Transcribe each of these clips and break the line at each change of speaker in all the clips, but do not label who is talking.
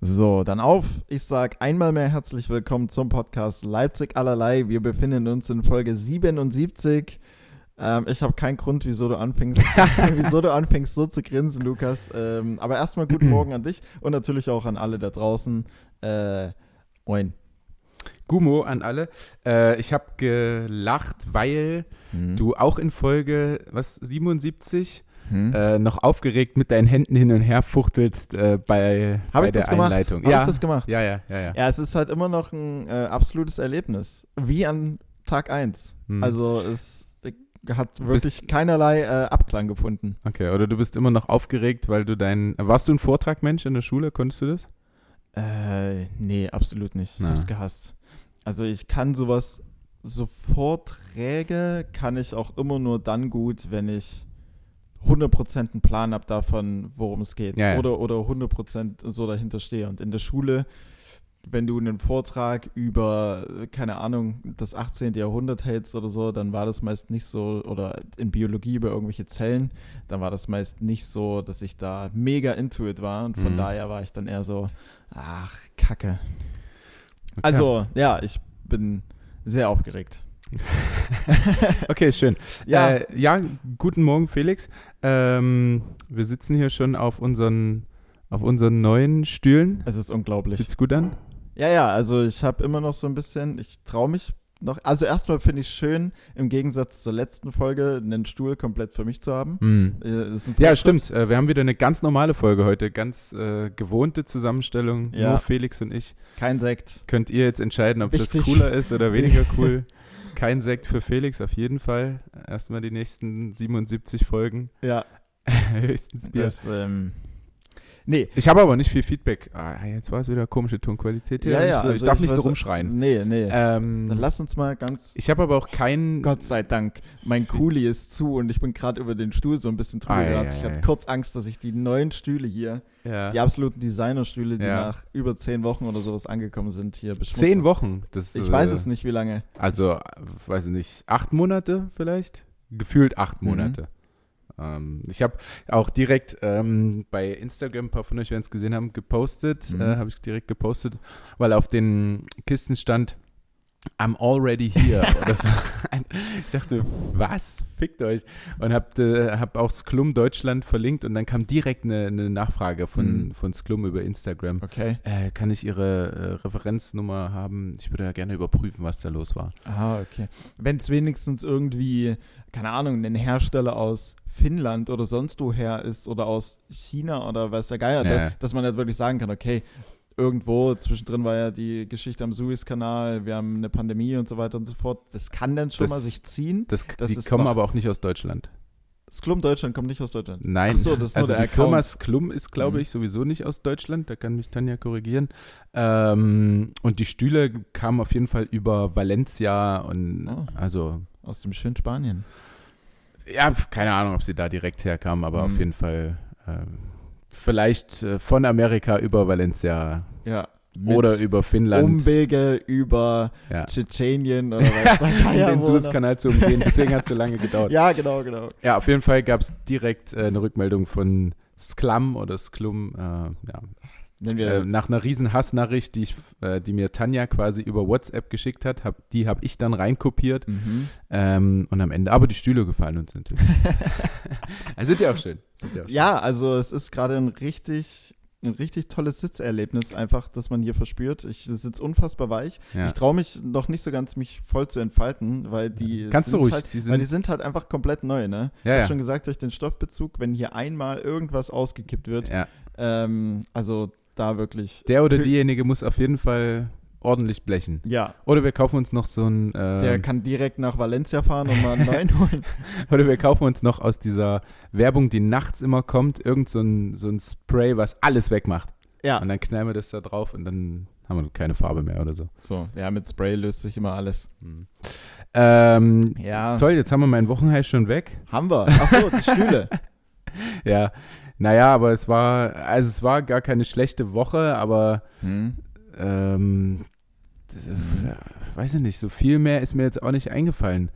So, dann auf. Ich sage einmal mehr herzlich willkommen zum Podcast Leipzig allerlei. Wir befinden uns in Folge 77. Ähm, ich habe keinen Grund, wieso du anfängst, wieso du anfängst so zu grinsen, Lukas. Ähm, aber erstmal guten Morgen an dich und natürlich auch an alle da draußen. Äh, moin.
Gumo an alle. Äh, ich habe gelacht, weil
Hm.
du auch in Folge was 77
Hm?
äh, noch aufgeregt mit deinen Händen hin und her fuchtelst äh, bei,
Habe
bei
ich
der
das gemacht?
Einleitung.
Habe
ja.
ich das gemacht?
ja, ja, ja, ja.
Ja, es ist halt immer noch ein äh, absolutes Erlebnis. Wie an Tag 1.
Hm.
Also es äh, hat
bist-
wirklich keinerlei äh, Abklang gefunden.
Okay, oder du bist immer noch aufgeregt, weil du deinen. Warst du ein Vortragmensch in der Schule? Konntest du das?
Äh, nee, absolut nicht. Ich
Na.
hab's gehasst. Also ich kann sowas, so Vorträge kann ich auch immer nur dann gut, wenn ich 100% einen Plan habe davon, worum es geht.
Ja, ja.
Oder, oder 100% so dahinter stehe. Und in der Schule, wenn du einen Vortrag über, äh, keine Ahnung, das 18. Jahrhundert hältst oder so, dann war das meist nicht so, oder in Biologie über irgendwelche Zellen, dann war das meist nicht so, dass ich da mega into it war. Und von
Mhm.
daher war ich dann eher so, ach, Kacke.
Okay.
Also, ja, ich bin sehr aufgeregt.
Okay, schön.
Ja,
Äh, ja, guten Morgen, Felix. Ähm, wir sitzen hier schon auf unseren, auf unseren neuen Stühlen.
es ist unglaublich.
Fühlt's gut an?
Ja, ja, also ich habe immer noch so ein bisschen, ich traue mich noch. Also erstmal finde ich schön, im Gegensatz zur letzten Folge, einen Stuhl komplett für mich zu haben.
Mhm.
Äh, ist ein
Ja,
Fortschritt.
stimmt. Äh, wir haben wieder eine ganz normale Folge heute. Ganz äh, gewohnte Zusammenstellung.
Ja.
Nur Felix und ich.
Kein Sekt.
Könnt ihr jetzt entscheiden, ob
Wichtig.
das cooler ist oder weniger cool. Kein Sekt für Felix, auf jeden Fall. Erstmal die nächsten 77 Folgen.
Ja,
Höchstens Bier.
das, ähm, nee.
Ich habe aber nicht viel Feedback. Ah, jetzt war es wieder komische Tonqualität. hier.
Ja,
ich,
ja,
ich
also
darf
ich
nicht so
weiß-
rumschreien.
Nee, nee.
Ähm,
Dann lass uns mal ganz.
Ich habe aber auch keinen.
Gott sei Dank, mein Kuli ist zu und ich bin gerade über den Stuhl so ein bisschen drüber
Ei,
geratzt.
ei,
Ich hatte
ei.
kurz Angst, dass ich die neuen Stühle hier,
Ja.
die absoluten Designerstühle, die
Ja.
nach über zehn Wochen oder sowas angekommen sind, hier beschmutze.
Zehn Wochen. Das,
Ich weiß es nicht, wie lange.
Also, äh, weiß ich nicht, acht Monate vielleicht? Gefühlt acht
Mhm.
Monate. Ähm, ich habe auch direkt ähm, bei Instagram, ein paar von euch werden es gesehen haben, gepostet.
Mhm.
Äh, habe ich direkt gepostet, weil auf den Kisten stand, I'm already here oder so. Ich dachte, was? Fickt euch. Und hab, äh, hab auch Sklum Deutschland verlinkt und dann kam direkt eine, eine Nachfrage von,
Mhm.
von Sklum über Instagram.
Okay.
Äh, kann ich Ihre äh, Referenznummer haben? Ich würde ja gerne überprüfen, was da los war.
Ah, okay. Wenn es wenigstens irgendwie, keine Ahnung, ein Hersteller aus Finnland oder sonst woher ist oder aus China oder weiß der Geier,
Ja.
dass, dass man halt wirklich sagen kann, okay, irgendwo zwischendrin war ja die Geschichte am Suezkanal, wir haben eine Pandemie und so weiter und so fort. Das kann dann schon
Das-
mal sich ziehen.
Das,
Das
die
ist
kommen
noch-
aber auch nicht aus Deutschland.
Das Klum Deutschland kommt nicht aus Deutschland.
Nein.
Ach so, das ist nur
also
der
die
Account.
Firma Sklum ist, glaube
Mhm.
ich, sowieso nicht aus Deutschland. Da kann mich Tanja korrigieren. Ähm, und die Stühle kamen auf jeden Fall über Valencia und
Oh.
also
Aus dem schönen Spanien.
ja, pf, keine Ahnung, ob sie da direkt herkamen, aber
Mhm.
auf jeden Fall ähm, vielleicht äh, von Amerika über Valencia
Ja.
oder über Finnland.
Umwege über
Ja.
Tschetschenien oder weiß der
Um
Geier.
den
wo noch-
Suezkanal zu umgehen, deswegen hat es so lange gedauert. Ja.
Ja, genau, genau.
auf jeden Fall gab es direkt äh, eine Rückmeldung von Sklum oder Sklum, äh, ja,
Nennen wir
Äh, nach einer riesen Hassnachricht, die, ich, äh, die mir Tanja quasi über WhatsApp geschickt hat, hab, die habe ich dann reinkopiert
mhm.
ähm, und am Ende, aber die Stühle gefallen uns natürlich. also sind ja auch schön. Sind ja, auch schön.
Ja, also es ist gerade ein richtig, ein richtig tolles Sitzerlebnis, einfach, das man hier verspürt. Ich sitze unfassbar weich.
Ja.
Ich traue mich noch nicht so ganz, mich voll zu entfalten, weil die.
Kannst du
sind
ruhig,
Halt,
die
weil
sind,
die sind halt einfach komplett neu, ne?
ja,
ich
ja.
habe schon gesagt, durch den Stoffbezug, wenn hier einmal irgendwas ausgekippt wird,
ja.
ähm, also da wirklich.
Der oder diejenige muss auf jeden Fall ordentlich blechen.
Ja,
Oder wir kaufen uns noch so ein,
der
ähm,
kann direkt nach Valencia fahren und mal einen neuen holen.
oder wir kaufen uns noch aus dieser Werbung, die nachts immer kommt, irgend so ein, so ein Spray, was alles wegmacht.
Ja,
Und dann knallen wir das da drauf und dann haben wir keine Farbe mehr oder so.
so. Ja, mit Spray löst sich immer alles.
Ähm,
Ja.
Toll, jetzt haben wir meinen Wochenhai schon weg.
Haben wir. Achso, die Stühle.
Ja, naja, aber es war, also es war gar keine schlechte Woche, aber
Hm.
ähm, das, äh, weiß ich nicht, so viel mehr ist mir jetzt auch nicht eingefallen.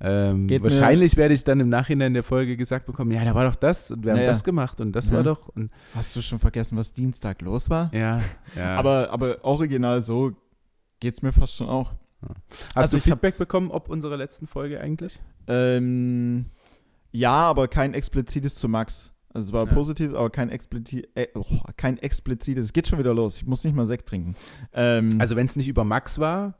Ähm,
Geht mir-
wahrscheinlich werde ich dann im Nachhinein der Folge gesagt bekommen, ja, da war doch das und wir haben
Ja, Mhm. ja.
das gemacht und das
Ja.
war doch und
Hast du schon vergessen, was Dienstag los war?
ja. ja.
Aber, aber original so geht's mir fast schon auch.
Hast
also
du
ich hab-
Feedback bekommen, ob unserer letzten Folge eigentlich?
Ähm, ja, aber kein explizites zu Max. Also es war
Ja.
positiv, aber kein, expliti äh, oh, kein explizites. Es geht schon wieder los. Ich muss nicht mal Sekt trinken. Ähm,
Also wenn es nicht über Max war,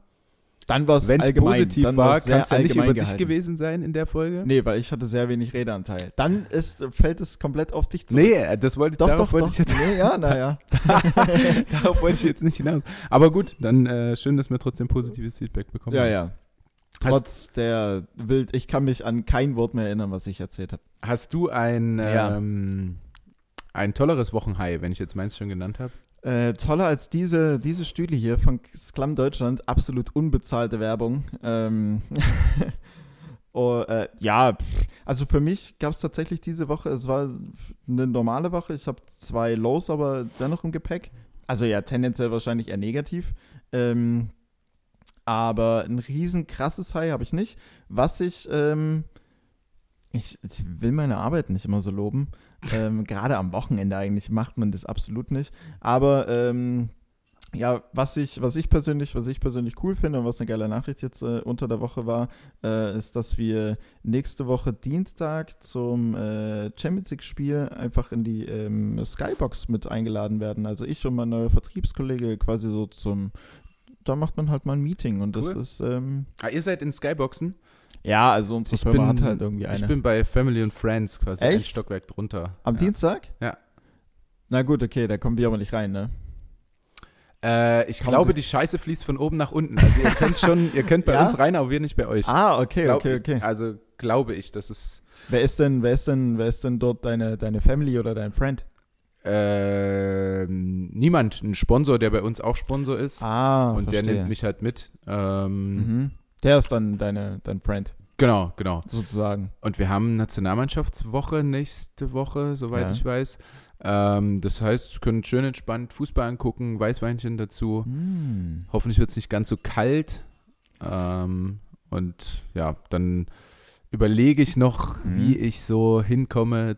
dann war es
wenn es positiv war, kann es ja nicht über dich
gewesen.
gewesen sein in der Folge.
Nee, weil ich hatte sehr wenig Redeanteil. Dann ist, fällt es komplett auf dich zurück.
Nee, äh, das wollte,
Doch,
darauf
doch,
wollte
doch.
ich jetzt
Nee, ja, naja.
Darauf wollte ich jetzt nicht hinaus. Aber gut, dann äh, schön, dass wir trotzdem positives Feedback bekommen
ja,
haben.
ja.
Hast-
Trotz der Wild, ich kann mich an kein Wort mehr erinnern, was ich erzählt habe.
Hast du ein,
Ja.
ähm, ein tolleres Wochenhai, wenn ich jetzt meins schon genannt habe?
Äh, toller als diese, diese Stühle hier von Sclam Deutschland, absolut unbezahlte Werbung. Ähm, oh, äh, ja, pff. also für mich gab es tatsächlich diese Woche, es war eine normale Woche, ich habe zwei Lows, aber dennoch im Gepäck. Also ja, tendenziell wahrscheinlich eher negativ. Ähm, aber ein riesen krasses High habe ich nicht. Was ich, ähm, ich, ich will meine Arbeit nicht immer so loben. ähm, Gerade am Wochenende eigentlich macht man das absolut nicht. Aber ähm, ja, was ich, was ich persönlich, was ich persönlich cool finde und was eine geile Nachricht jetzt äh, unter der Woche war, äh, ist, dass wir nächste Woche Dienstag zum äh, Champions League-Spiel einfach in die ähm, Skybox mit eingeladen werden. Also ich und mein neuer Vertriebskollege quasi so zum da macht man halt mal ein Meeting und das
Cool.
ist ähm,
Ah, ihr seid in Skyboxen?
ja, also unsere
Ich
Firma
bin-
hat halt irgendwie eine.
Ich bin bei Family and Friends quasi ein
Echt?
Stockwerk drunter.
Am
ja.
Dienstag?
Ja.
Na gut, okay, da kommen wir aber nicht rein, ne?
Äh, ich
Kann man
glaube,
sich-
die Scheiße fließt von oben nach unten. Also ihr könnt schon, ihr könnt bei
Ja?
uns rein, aber wir nicht bei euch.
ah, okay,
Glaub
okay,
ich-
okay.
Also glaube ich, das ist
Wer ist denn, wer ist denn, wer ist denn dort deine, deine Family oder dein Friend?
äh, niemand, ein Sponsor, der bei uns auch Sponsor ist.
Ah,
und der
verstehe.
nimmt mich halt mit. Ähm,
Mhm. Der ist dann deine, dein Friend,
Genau, genau.
sozusagen.
Und wir haben Nationalmannschaftswoche nächste Woche, soweit
Ja.
ich weiß. Ähm, das heißt, könnt schön entspannt Fußball angucken, Weißweinchen dazu. Hoffentlich wird es nicht ganz so kalt. Ähm, und ja, dann überlege ich noch,
Mhm.
wie ich so hinkomme,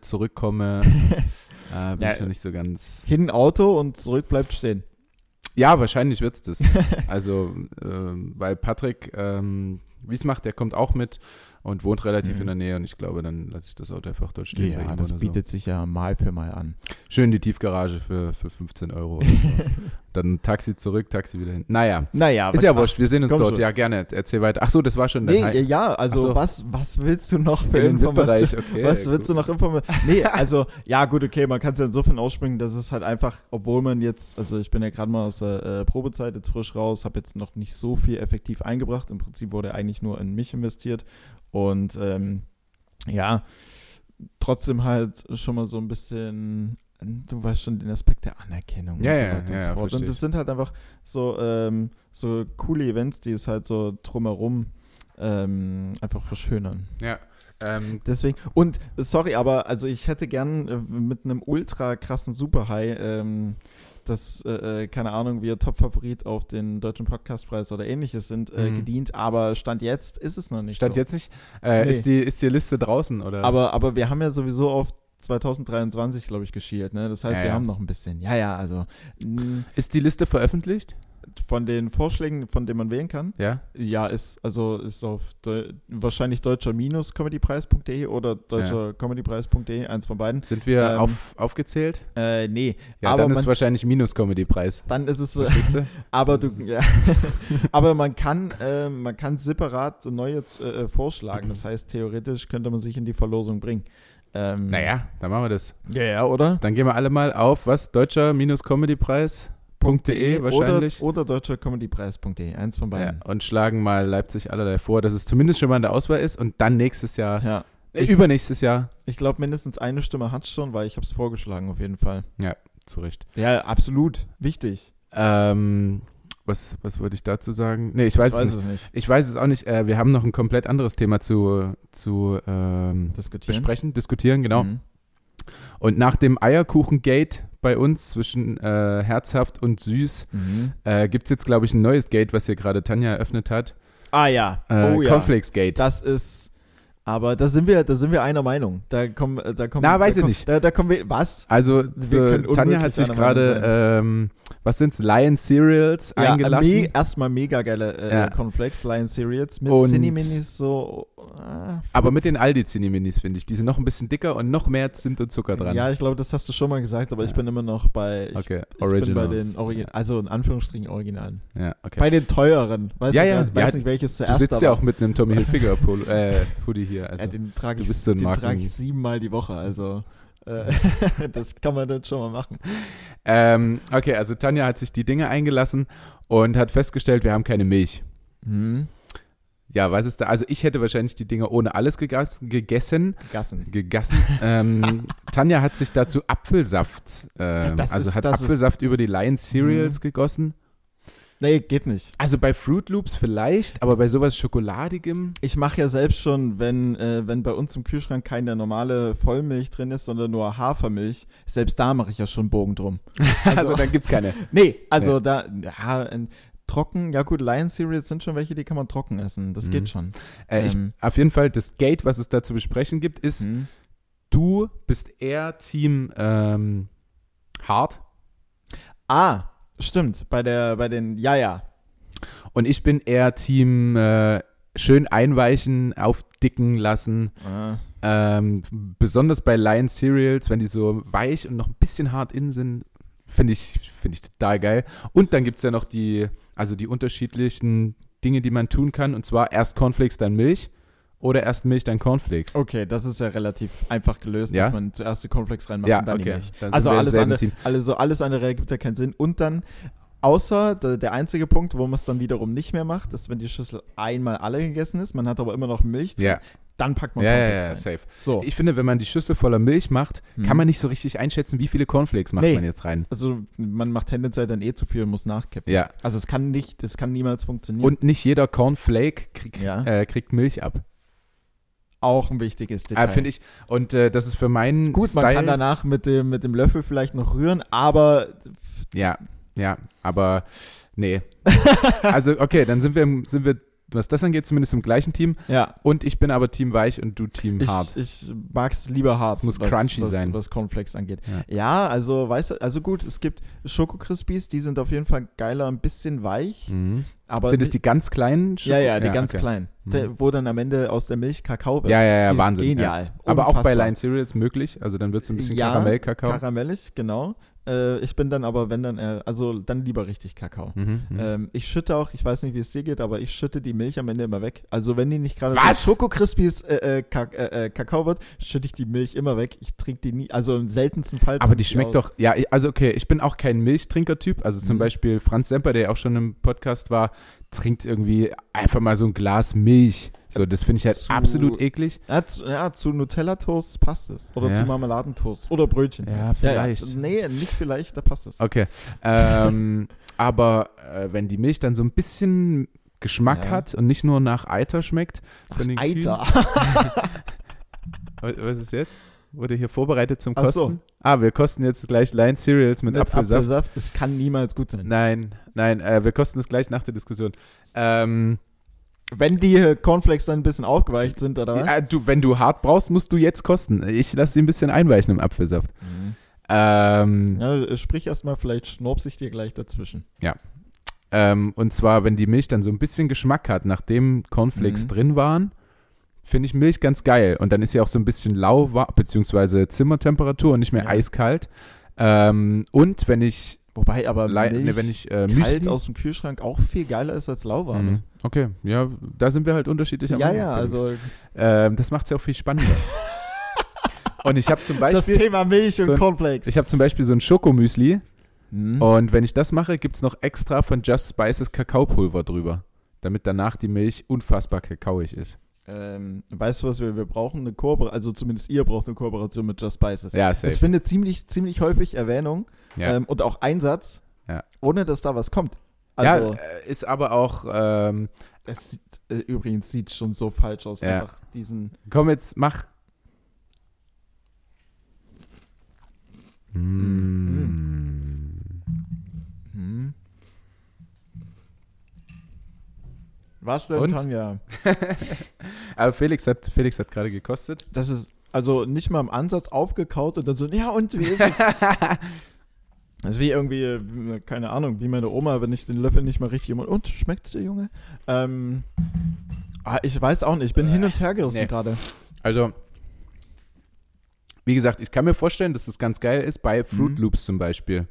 zurückkomme. äh, bin ich noch nicht so ganz.
Hin Auto und zurück bleibt stehen.
Ja, wahrscheinlich wird es das. Also, ähm, weil Patrick, ähm, wie es macht, der kommt auch mit und wohnt relativ
Mhm.
in der Nähe und ich glaube, dann lasse ich das Auto einfach dort stehen. bei ihm oder
sich ja mal für mal an.
So. Schön die Tiefgarage für, für 15 Euro. Oder so. dann Taxi zurück, Taxi wieder hin. Naja,
Naja,
ist ja wurscht, wir sehen uns
komm
dort.
schon.
Ja, gerne, erzähl weiter. Ach so, das war schon
Nee,
der
ja,
Hi-
ja, also
Ach so.
was, was willst du noch für
in den
Informationen?
VIP-Bereich. Okay,
Was willst du
gut.
noch informieren? Nee, also, ja, gut, okay, man kann es ja insofern ausspringen, dass es halt einfach, obwohl man jetzt, also ich bin ja gerade mal aus der äh, Probezeit jetzt frisch raus, habe jetzt noch nicht so viel effektiv eingebracht. Im Prinzip wurde eigentlich nur in mich investiert und ähm, ja, trotzdem halt schon mal so ein bisschen, du weißt schon, den Aspekt der Anerkennung
Ja,
und so
ja,
weiter
ja,
und
ja,
so fort.
verstehe
Und das sind halt einfach so, ähm, so coole Events, die es halt so drumherum ähm, einfach verschönern.
Ja, ähm,
Deswegen. Und äh, sorry, aber also ich hätte gern äh, mit einem ultra krassen Superhigh, ähm, dass, äh, äh, keine Ahnung, wir Top-Favorit auf den deutschen Podcastpreis oder ähnliches sind, äh,
Mhm.
gedient, aber Stand jetzt ist es noch nicht.
stand
so.
jetzt nicht. Äh,
Nee.
ist, die, ist die Liste draußen? Oder?
Aber, aber wir haben ja sowieso auf 2023, glaube ich, geschielt, ne? Das heißt,
Ja,
wir
ja.
haben noch ein bisschen. Ja, ja, also mh,
ist die Liste veröffentlicht?
von den Vorschlägen, von denen man wählen kann,
Ja.
ja, ist, also ist auf deu wahrscheinlich deutscher-comedypreis.de oder deutscher-comedypreis.de, eins von beiden.
Sind wir
Ähm,
auf, aufgezählt?
Äh, nee,
Ja,
aber
dann
man-
ist wahrscheinlich Minus-Comedy-Preis.
dann ist es so.
Verstehst du?
Aber du,
Das ist-
ja. aber man kann, äh, man kann separat neue äh, äh, vorschlagen. Das heißt, theoretisch könnte man sich in die Verlosung bringen. Ähm,
Naja, dann machen wir das.
ja, ja, oder?
Dann gehen wir alle mal auf, was? Deutscher-Comedypreis.de E wahrscheinlich.
Oder, Oh, oder deutschercomedypreis.de, E. eins von
ja,
beiden.
und schlagen mal Leipzig allerlei vor, dass es zumindest schon mal in der Auswahl ist und dann nächstes Jahr,
Ja.
äh, übernächstes Jahr,
Ich glaube, mindestens eine Stimme hat es schon, weil ich habe es vorgeschlagen, auf jeden Fall.
zurecht.
Ja, absolut. Wichtig.
Ähm, was, was wollte ich dazu sagen? Nee, ich weiß, es nicht.
nicht.
Ich weiß es auch nicht. Äh, wir haben noch ein komplett anderes Thema zu, zu ähm,
Diskutieren.
besprechen, diskutieren, genau.
Mhm.
Und nach dem Eierkuchen-Gate bei uns zwischen äh, herzhaft und süß
Mhm.
äh, gibt es jetzt, glaube ich, ein neues Gate, was hier gerade Tanja eröffnet hat.
Ah ja.
Äh,
oh ja.
Cornflakes Gate.
Das ist Aber da sind wir, da sind wir einer Meinung. Da kommen, äh, da kommen,
Na,
da
weiß ich
kommen,
nicht.
Da, da kommen wir, was?
Also
können
zu, Tanja
unmöglich
hat sich
einer Meinung
gerade, ähm, was sind's, Lion Cereals
me
eingelassen.
erstmal mega geile äh,
Ja.
Cornflakes, Lion Cereals mit
Und-
Cineminis so. Äh,
Aber mit den aldi minis finde ich. Die sind noch ein bisschen dicker und noch mehr Zimt und Zucker dran.
Ja, ich glaube, das hast du schon mal gesagt, aber ich
Ja.
bin immer noch bei. Ich,
okay,
ich bin bei
Originals.
den Origin also in Anführungsstrichen Originalen.
ja, okay.
Bei den teureren. Weiß
Ja,
nicht,
ja,
weiß
ja,
nicht, welches
du
zuerst
sitzt ja
aber-
auch mit einem Tommy Hilfiger Polo, äh, Hoodie hier. Also.
ja, den trage
du
ich,
bist so ein
den
Marken-
trage ich siebenmal die Woche, also äh, das kann man dann schon mal machen.
ähm, okay, also Tanja hat sich die Dinge eingelassen und hat festgestellt, wir haben keine Milch. Mhm. Ja, was ist da? Also ich hätte wahrscheinlich die Dinge ohne alles gegas- gegessen.
Gassen.
gegessen. ähm, Tanja hat sich dazu Apfelsaft, ähm,
das
also
ist-
hat
das ist- Mhm.
Apfelsaft über die Lion Cereals gegossen.
Nee, geht nicht.
Also bei Fruit Loops vielleicht, aber bei sowas Schokoladigem.
Ich mache ja selbst schon, wenn, äh, wenn bei uns im Kühlschrank keine normale Vollmilch drin ist, sondern nur Hafermilch, selbst da mache ich ja schon einen Bogen drum.
Also, dann gibt's keine.
Nee, also da, ja, äh, trocken, ja gut, Lion Cereals sind schon welche, die kann man trocken essen, das
Mhm.
geht schon.
Äh, ich,
Ähm.
auf jeden Fall, das Gate, was es da zu besprechen gibt, ist,
Mhm.
du bist eher Team ähm, hart
Ah, stimmt, bei der, bei den, ja, ja,
und ich bin eher Team äh, schön einweichen, aufdicken lassen.
äh,
Ähm, besonders bei Lion Cereals, wenn die so weich und noch ein bisschen hart innen sind, finde ich, find ich total geil. Und dann gibt es ja noch die, also die unterschiedlichen Dinge, die man tun kann. Und zwar erst Cornflakes, dann Milch. Oder erst Milch, dann Cornflakes.
okay, das ist ja relativ einfach gelöst,
Ja?
dass man zuerst die Cornflakes reinmacht
Ja,
und dann die
okay.
Milch.
Da sind
Also
wir im
alles
selben
andere,
Team.
also alles andere ergibt ja keinen Sinn und dann, außer der, der einzige Punkt, wo man es dann wiederum nicht mehr macht, ist, wenn die Schüssel einmal alle gegessen ist, man hat aber immer noch Milch, drin,
Ja,
dann packt
ja,
man
ja,
Cornflakes
ja,
rein.
safe.
So,
Ich finde, wenn man die Schüssel voller Milch macht, kann man nicht so richtig einschätzen, wie viele Cornflakes macht
Mhm. Nee.
man jetzt rein.
also man macht tendenziell dann eh zu viel und muss nachkippen.
Ja.
Also es kann nicht, es kann niemals funktionieren.
Und nicht jeder Cornflake krieg,
Ja.
äh, kriegt Milch ab.
auch ein wichtiges Detail.
Äh, finde ich. Und äh, das ist für meinen
Gut,
Style.
man kann danach mit dem, mit dem Löffel vielleicht noch rühren, aber
Ja, ja, aber nee. also, okay, dann sind wir, im- sind wir, was das angeht, zumindest im gleichen Team.
ja,
Und ich bin aber Team Weich und du Team
ich,
Hart.
ich mag es lieber hart.
Es muss crunchy
was,
sein.
Was Cornflakes angeht. Ja. also weißt du, also gut, es gibt Schoko Crispies, die sind auf jeden Fall geiler, ein bisschen weich,
Mhm.
aber
Sind es
nicht-
die ganz kleinen?
ja,
Schoko-
ja, die ganz
okay. Hm.
kleinen, der, wo dann am Ende aus der Milch Kakao wird.
Ja, ja, ja,
Die-
Wahnsinn.
Genial.
Ja. Aber auch bei
Unfassbar.
Line Cereals möglich. Also dann wird es ein bisschen
Ja,
Karamell-Kakao.
Karamellig, genau. Äh, ich bin dann aber, wenn dann, äh, also dann lieber richtig Kakao.
mhm. mhm.
Ähm, ich schütte auch, ich weiß nicht, wie es dir geht, aber ich schütte die Milch am Ende immer weg. Also wenn die nicht gerade
Was?
Schoko Crispies äh, äh, Kak äh, äh, Kakao wird, schütte ich die Milch immer weg. Ich trinke die nie, also im seltensten Fall.
aber
trinke
die schmeckt
aus.
doch, ja, ich- also okay, ich bin auch kein Milchtrinker-Typ. Also zum
Mhm.
Beispiel Franz Semper, der ja auch schon im Podcast war, trinkt irgendwie einfach mal so ein Glas Milch. So, das finde ich halt
Zu-
absolut eklig.
Ja, zu, ja, zu Nutella-Toast passt es. Oder
Ja.
zu Marmeladentoast. Oder Brötchen.
Ja, vielleicht.
Nee, nicht vielleicht, da passt es.
Okay. Ähm, aber äh, wenn die Milch dann so ein bisschen Geschmack
Ja.
hat und nicht nur nach Eiter schmeckt, von den
Alter.
Kühen, Wa- was ist jetzt? Wurde hier vorbereitet zum
Ach
Kosten?
so.
Ah, wir kosten jetzt gleich Lion Cereals mit,
Mit
Apfelsaft.
Apfelsaft. Das kann niemals gut sein.
Nein, nein, äh, wir kosten es gleich nach der Diskussion. Ähm,
Wenn die äh, Cornflakes dann ein bisschen aufgeweicht sind, oder was?
äh, du, wenn du hart brauchst, musst du jetzt kosten. Ich lasse sie ein bisschen einweichen im Apfelsaft. Ähm,
Mhm. Ja, sprich erstmal, vielleicht schnorps ich dir gleich dazwischen.
Ähm, und zwar, wenn die Milch dann so ein bisschen Geschmack hat, nachdem Cornflakes
Mhm.
drin waren, finde ich Milch ganz geil. Und dann ist sie auch so ein bisschen lauwarm, beziehungsweise Zimmertemperatur und nicht mehr
Ja.
eiskalt. Ähm, und wenn ich,
Wobei aber
Lei-
Milch
ne, wenn ich äh,
kalt
Müsli...
aus dem Kühlschrank auch viel geiler ist als lauwarm.
Mhm. Okay, ja, da sind wir halt unterschiedlicher
Ja,
Meinung,
ja,
finde ich.
also
Ähm, das macht es ja auch viel spannender. und ich habe zum
das
Beispiel...
Thema Milch
so
und
ein-
Cornflakes.
Ich habe zum Beispiel so ein Schokomüsli
Mhm.
und wenn ich das mache, gibt es noch extra von Just Spices Kakaopulver drüber, damit danach die Milch unfassbar kakaoig ist.
Ähm, weißt du was, wir, wir brauchen eine Kooperation, also zumindest ihr braucht eine Kooperation mit Just Spices.
Ja, safe.
Es findet ziemlich, ziemlich häufig Erwähnung
Ja.
ähm, und auch Einsatz,
Ja.
ohne dass da was kommt. Also,
ja, äh, ist aber auch. Ähm,
es sieht, äh, übrigens sieht schon so falsch aus,
Ja.
einfach diesen.
komm jetzt, mach.
Mhm.
Mm.
Hm. Was denn,
Und?
Tanja?
Aber Felix hat, Felix hat gerade gekostet.
Das ist also nicht mal im Ansatz aufgekaut und dann so, ja und wie ist es? Das ist wie irgendwie, keine Ahnung, wie meine Oma, wenn ich den Löffel nicht mal richtig im Mund- Und schmeckt's dir, Junge? Ähm, ah, ich weiß auch nicht, ich bin hin und her gerissen
Nee.
gerade.
Also, wie gesagt, ich kann mir vorstellen, dass das ganz geil ist bei
Mhm.
Fruit Loops zum Beispiel,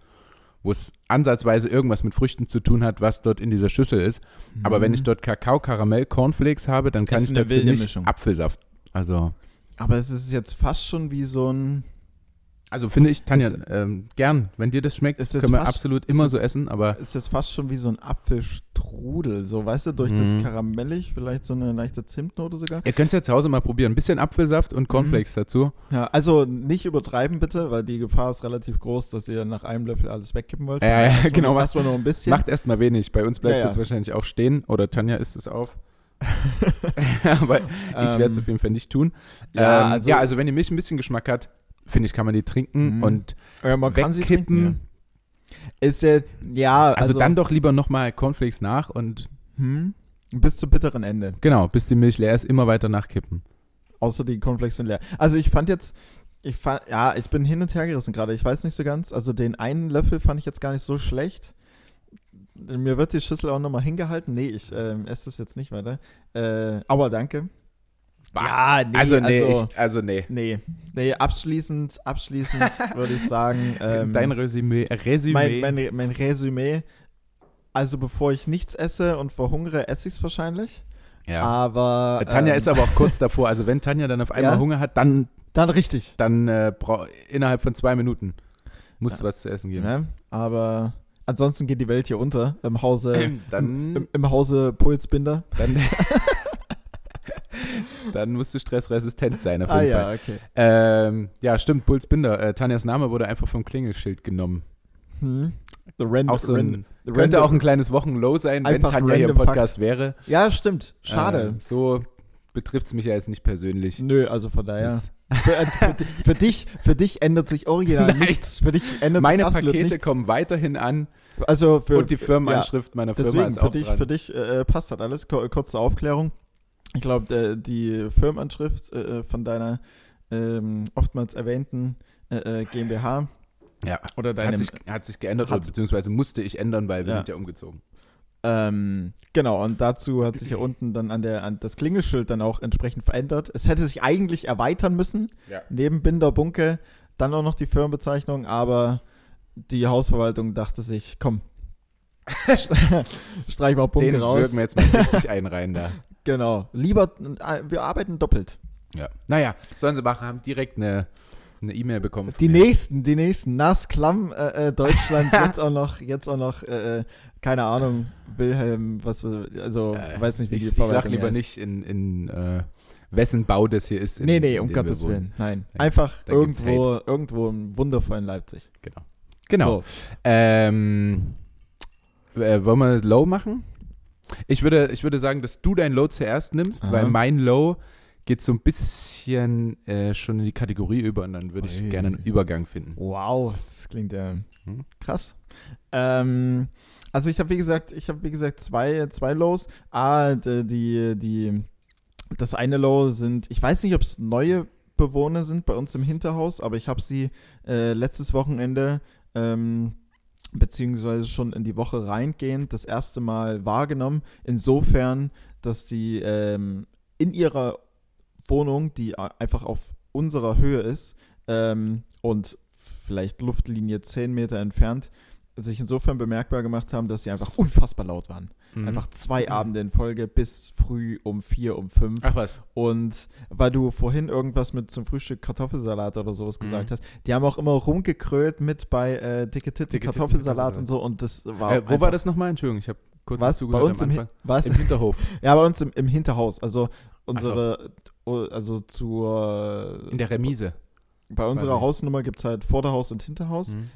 wo es ansatzweise irgendwas mit Früchten zu tun hat, was dort in dieser Schüssel ist. Aber wenn ich dort Kakao, Karamell, Cornflakes habe, dann kann
Mhm. Ist
ich
eine
dazu
wilde
nicht
Mischung.
Apfelsaft. Also,
Aber es ist jetzt fast schon wie so ein.
also finde ich, Tanja,
Ist-
ähm, gern. Wenn dir das schmeckt,
Ist jetzt
können wir
fast-
absolut
ist
immer
jetzt-
so essen, aber
Ist jetzt fast schon wie so ein Apfelstrudel. So, weißt du, durch das
Mhm.
Karamellig, vielleicht so eine leichte Zimtnote sogar.
ihr könnt es ja zu Hause mal probieren. Ein bisschen Apfelsaft
Mhm.
und Cornflakes dazu.
Ja, also nicht übertreiben bitte, weil die Gefahr ist relativ groß, dass ihr nach einem Löffel alles wegkippen wollt.
Ja, ja,
Lass mal-
genau,
Lass mal noch ein bisschen.
Macht erstmal wenig. Bei uns bleibt es
Ja, ja.
jetzt wahrscheinlich auch stehen oder Tanja isst es auf. aber Ich werde es
Ähm,
auf jeden Fall nicht tun.
Ja,
Ja, ähm,
also-
also, ja, also wenn die Milch ein bisschen Geschmack hat, finde ich, kann man die trinken
Mhm.
und
ja, man kann sie
also wegkippen.
trinken. ja. Ist ja, ja,
also, dann doch lieber nochmal Cornflakes nach und
Hm, bis zum bitteren Ende.
genau, bis die Milch leer ist, immer weiter nachkippen.
Außer die Cornflakes sind leer. Also ich fand jetzt, ich fand, ja, ich bin hin und her gerissen gerade. Ich weiß nicht so ganz. Also den einen Löffel fand ich jetzt gar nicht so schlecht. Mir wird die Schüssel auch nochmal hingehalten. Nee, ich ähm, esse das jetzt nicht weiter. Äh, aber danke. Ja, nee,
also nee,
also-
ich, also nee.
Nee, nee, abschließend, abschließend würde ich sagen, ähm,
Dein Resümee, Resümee.
mein, mein, mein Resümee. Also bevor ich nichts esse und verhungere, esse ich es wahrscheinlich.
ja.
Aber
Äh, Tanja
ähm,
ist aber auch kurz davor. Also wenn Tanja dann auf einmal
Ja?
Hunger hat, dann,
dann richtig.
dann äh, brau- innerhalb von zwei Minuten muss es was zu essen geben.
Ne? Aber ansonsten geht die Welt hier unter im Hause, im,
Äh, Dann,
im Hause Pulsbinder.
dann, dann musst du stressresistent sein auf jeden
Ah ja,
Fall.
okay.
Ähm, ja, stimmt, Bulzbinder. Äh, Tanjas Name wurde einfach vom Klingelschild genommen.
Hm. The Rand,
Auch so ein,
Rand-
könnte
Rand-
auch ein kleines Wochenlow sein, wenn
Einfach
Tanja hier im
random
Podcast wäre.
Ja, stimmt. Schade.
Äh, so betrifft es mich ja jetzt nicht persönlich.
Nö, also von daher.
Das-
Für, äh, für, di- für dich, für dich ändert sich original
Nein.
nichts. Für dich ändert
Meine
sich absolut
Pakete
nichts.
kommen weiterhin an
Also für
und die Firmenanschrift meiner
Ja,
Firma
deswegen
ist
für
auch
dich,
dran.
für dich äh, passt das alles. Ko- Kurze Aufklärung. Ich glaube, äh, die Firmenanschrift äh, von deiner ähm, oftmals erwähnten äh, äh, GmbH
ja,
oder
hat
deinem
sich, hat sich geändert,
hat-
oder beziehungsweise musste ich ändern, weil wir
Ja.
sind ja umgezogen.
Ähm, genau, und dazu hat sich ja unten dann an der an das Klingelschild dann auch entsprechend verändert. Es hätte sich eigentlich erweitern müssen,
Ja.
neben Binder Bunke, dann auch noch die Firmenbezeichnung, aber die Hausverwaltung dachte sich, komm, streich mal Bunke
Den
raus.
würgen wir jetzt mal richtig einen rein da.
Genau, lieber, äh, wir arbeiten doppelt.
Ja. Naja, sollen sie machen, haben direkt eine eine E-Mail bekommen. von
Die
mir.
nächsten, die nächsten, nass klamm äh, äh, Deutschland, jetzt auch noch, jetzt auch noch, äh, äh, keine Ahnung, Wilhelm, was, wir- also,
Äh,
weiß nicht, wie
ich,
die
ich
Verwaltung
sag lieber
heißt.
nicht, in, in äh, wessen Bau das hier ist. In,
nee, nee,
in
um
dem wir
Gottes
wohnen.
Willen. Nein.
Ja,
Einfach
da gibt's
irgendwo, irgendwo im wundervollen Leipzig.
Genau. Genau.
So.
Ähm, äh, wollen wir Low machen? Ich würde, ich würde sagen, dass du dein Low zuerst nimmst,
Aha.
weil mein Low geht so ein bisschen äh, schon in die Kategorie über und dann würde ich
Ui.
gerne einen Übergang finden.
Wow, das klingt ja
Hm?
krass. Ähm, also ich habe wie gesagt, ich habe wie gesagt zwei, zwei Lows. Ah, d- die, die, das eine Low sind, ich weiß nicht, ob es neue Bewohner sind bei uns im Hinterhaus, aber ich habe sie äh, letztes Wochenende ähm, beziehungsweise schon in die Woche reingehend das erste Mal wahrgenommen. Insofern, dass die ähm, in ihrer Wohnung, die a- einfach auf unserer Höhe ist ähm, und vielleicht Luftlinie 10 Meter entfernt, sich insofern bemerkbar gemacht haben, dass sie einfach unfassbar laut waren.
Mhm.
Einfach zwei Abende in Folge bis früh um vier, um fünf.
Ach was.
Und weil du vorhin irgendwas mit zum Frühstück Kartoffelsalat oder sowas
Mhm.
gesagt hast, die haben auch immer rumgekrölt mit bei äh, dicke Titten
Dicke Titten,
Kartoffelsalat
Kartoffelsalat.
und so. Und das war.
Äh, wo war
einfach-
das nochmal? Entschuldigung, ich habe kurz nicht
Was? Bei
zugehört
uns
am
im, Hin-
Anfang.
was?
Im Hinterhof,
Ja, bei uns im, im Hinterhaus. Also unsere. Also zur.
in der Remise.
bei unserer
quasi.
Hausnummer gibt es halt Vorderhaus und Hinterhaus.
Mhm.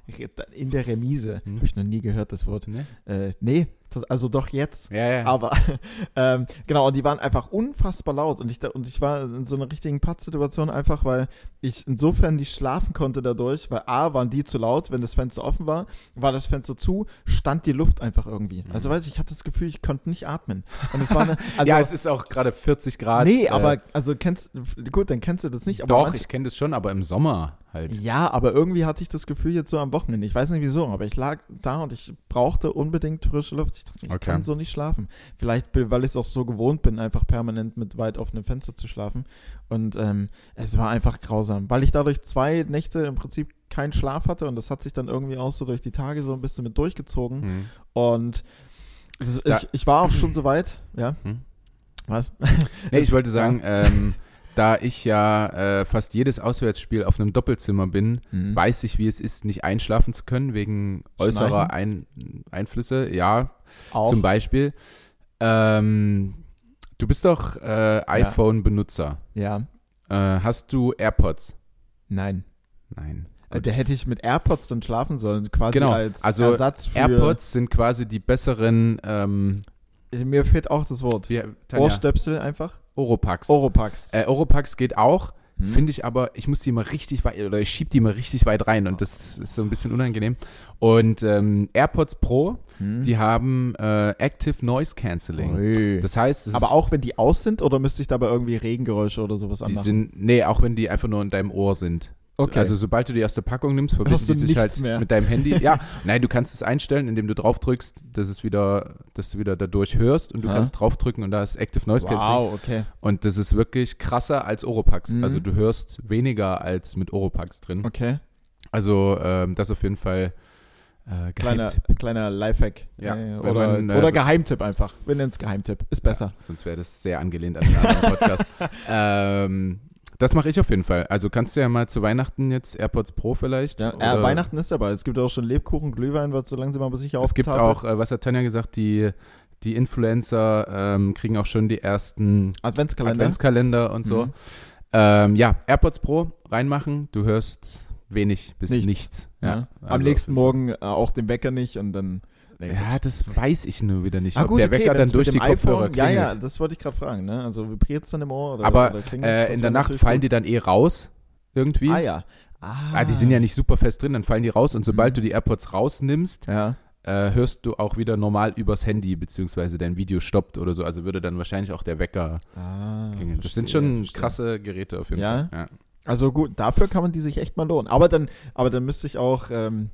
In der Remise.
Mhm.
Habe ich noch nie gehört, das Wort.
Ne?
Äh, nee, das, also doch jetzt.
Ja, ja.
Aber ähm, genau, und die waren einfach unfassbar laut und ich, da- und ich war in so einer richtigen Pattsituation einfach, weil ich insofern nicht schlafen konnte dadurch, weil A, waren die zu laut, wenn das Fenster offen war, war das Fenster zu, stand die Luft einfach irgendwie.
Mhm.
Also weiß ich, ich hatte das Gefühl, ich konnte nicht atmen. Und es war eine, also,
ja, es ist auch gerade 40 Grad.
nee,
äh,
aber, also kennst, gut, dann kennst du das nicht, aber
doch,
manche-
ich kenne das schon, aber im Sommer halt.
ja, aber irgendwie hatte ich das Gefühl jetzt so am Wochenende. Ich weiß nicht wieso, aber ich lag da und ich brauchte unbedingt frische Luft. Ich dachte, ich
Okay.
kann so nicht schlafen. Vielleicht, bin- weil ich es auch so gewohnt bin, einfach permanent mit weit offenem Fenster zu schlafen. Und ähm, es war einfach grausam, weil ich dadurch zwei Nächte im Prinzip keinen Schlaf hatte und das hat sich dann irgendwie auch so durch die Tage so ein bisschen mit durchgezogen.
Hm.
Und das,
Da-
ich, ich war auch schon so weit, ja.
Hm.
Was?
Nee, ich wollte sagen, ähm, da ich ja äh, fast jedes Auswärtsspiel auf einem Doppelzimmer bin,
Mhm.
weiß ich, wie es ist, nicht einschlafen zu können wegen äußerer Ein Einflüsse. Ja,
Auch.
zum Beispiel. Ähm, du bist doch äh, iPhone-Benutzer.
Ja,
Äh, hast du AirPods?
nein.
Nein.
Äh, Da hätte ich mit AirPods dann schlafen sollen, quasi
Genau,
als
also
Ersatz für.
AirPods sind quasi die besseren ähm,
Mir fehlt auch das Wort.
wie, Tanja,
Ohrstöpsel einfach.
Oropax.
Oropax.
äh, Oropax geht auch,
Hm.
finde ich aber, ich muss die mal richtig weit, oder ich schieb die mal richtig weit rein und das ist so ein bisschen unangenehm. Und ähm, AirPods Pro,
Hm.
die haben äh, Active Noise Cancelling.
Ui.
Das heißt, es ist
aber auch wenn die aus sind oder müsste ich dabei irgendwie Regengeräusche oder sowas
Die
anmachen?
sind, nee, auch wenn die einfach nur in deinem Ohr sind.
Okay.
Also sobald du die aus der Packung nimmst, verbinden
Hörst du
die sich
nichts
halt
mehr.
mit deinem Handy. Ja, nein, du kannst es einstellen, indem du drauf drückst, dass es wieder, dass du wieder dadurch hörst und du
Ah.
kannst draufdrücken und da ist Active Noise Cancelling.
wow, okay.
Und das ist wirklich krasser als Oropax.
Mhm.
Also du hörst weniger als mit Oropax drin.
Okay.
Also ähm, das auf jeden Fall äh,
Kleiner,
gehypt.
kleiner Lifehack.
Ja,
Äh,
wenn
oder,
man, äh,
oder Geheimtipp einfach. Wir nennen es Geheimtipp. Ist besser.
Ja, sonst wäre das sehr angelehnt an einen anderen Podcast. ähm, das mache ich auf jeden Fall. Also kannst du ja mal zu Weihnachten jetzt AirPods Pro vielleicht.
Ja, äh,
oder-
Weihnachten ist dabei. Es gibt auch schon Lebkuchen, Glühwein, wird so langsam aber sicher
Es gibt
aufgetafelt.
auch, äh, was hat Tanja gesagt, die, die Influencer ähm, kriegen auch schon die ersten
Adventskalender.
Adventskalender und so.
Mhm.
Ähm, ja, AirPods Pro reinmachen, du hörst wenig bis nichts.
Nichts.
Ja,
Ja.
also-
Am nächsten Morgen äh, auch den Wecker nicht und dann. Nee,
Ja, das weiß ich nur wieder nicht,
Ah,
ob der Wecker dann
wenn's
durch
mit
die
dem
Kopfhörer
Ja,
klingelt.
ja, das wollte ich gerade fragen. Ne? Also vibriert es dann im Ohr? Oder,
Aber
oder klingelt's?
äh,
Das
in der
wär
Nacht
natürlich
fallen
gut.
die dann eh raus, irgendwie.
Ah ja. Ah,
Ah, die sind ja nicht super fest drin, dann fallen die raus und sobald
Mhm.
du die AirPods rausnimmst,
Ja.
äh, hörst du auch wieder normal übers Handy, beziehungsweise dein Video stoppt oder so. Also würde dann wahrscheinlich auch der Wecker
Ah,
klingeln. Das sind
verstehe,
schon
verstehe.
krasse Geräte auf jeden
Ja?
Fall.
Also gut, dafür kann man die sich echt mal lohnen. Aber dann, aber dann müsste ich auch ähm,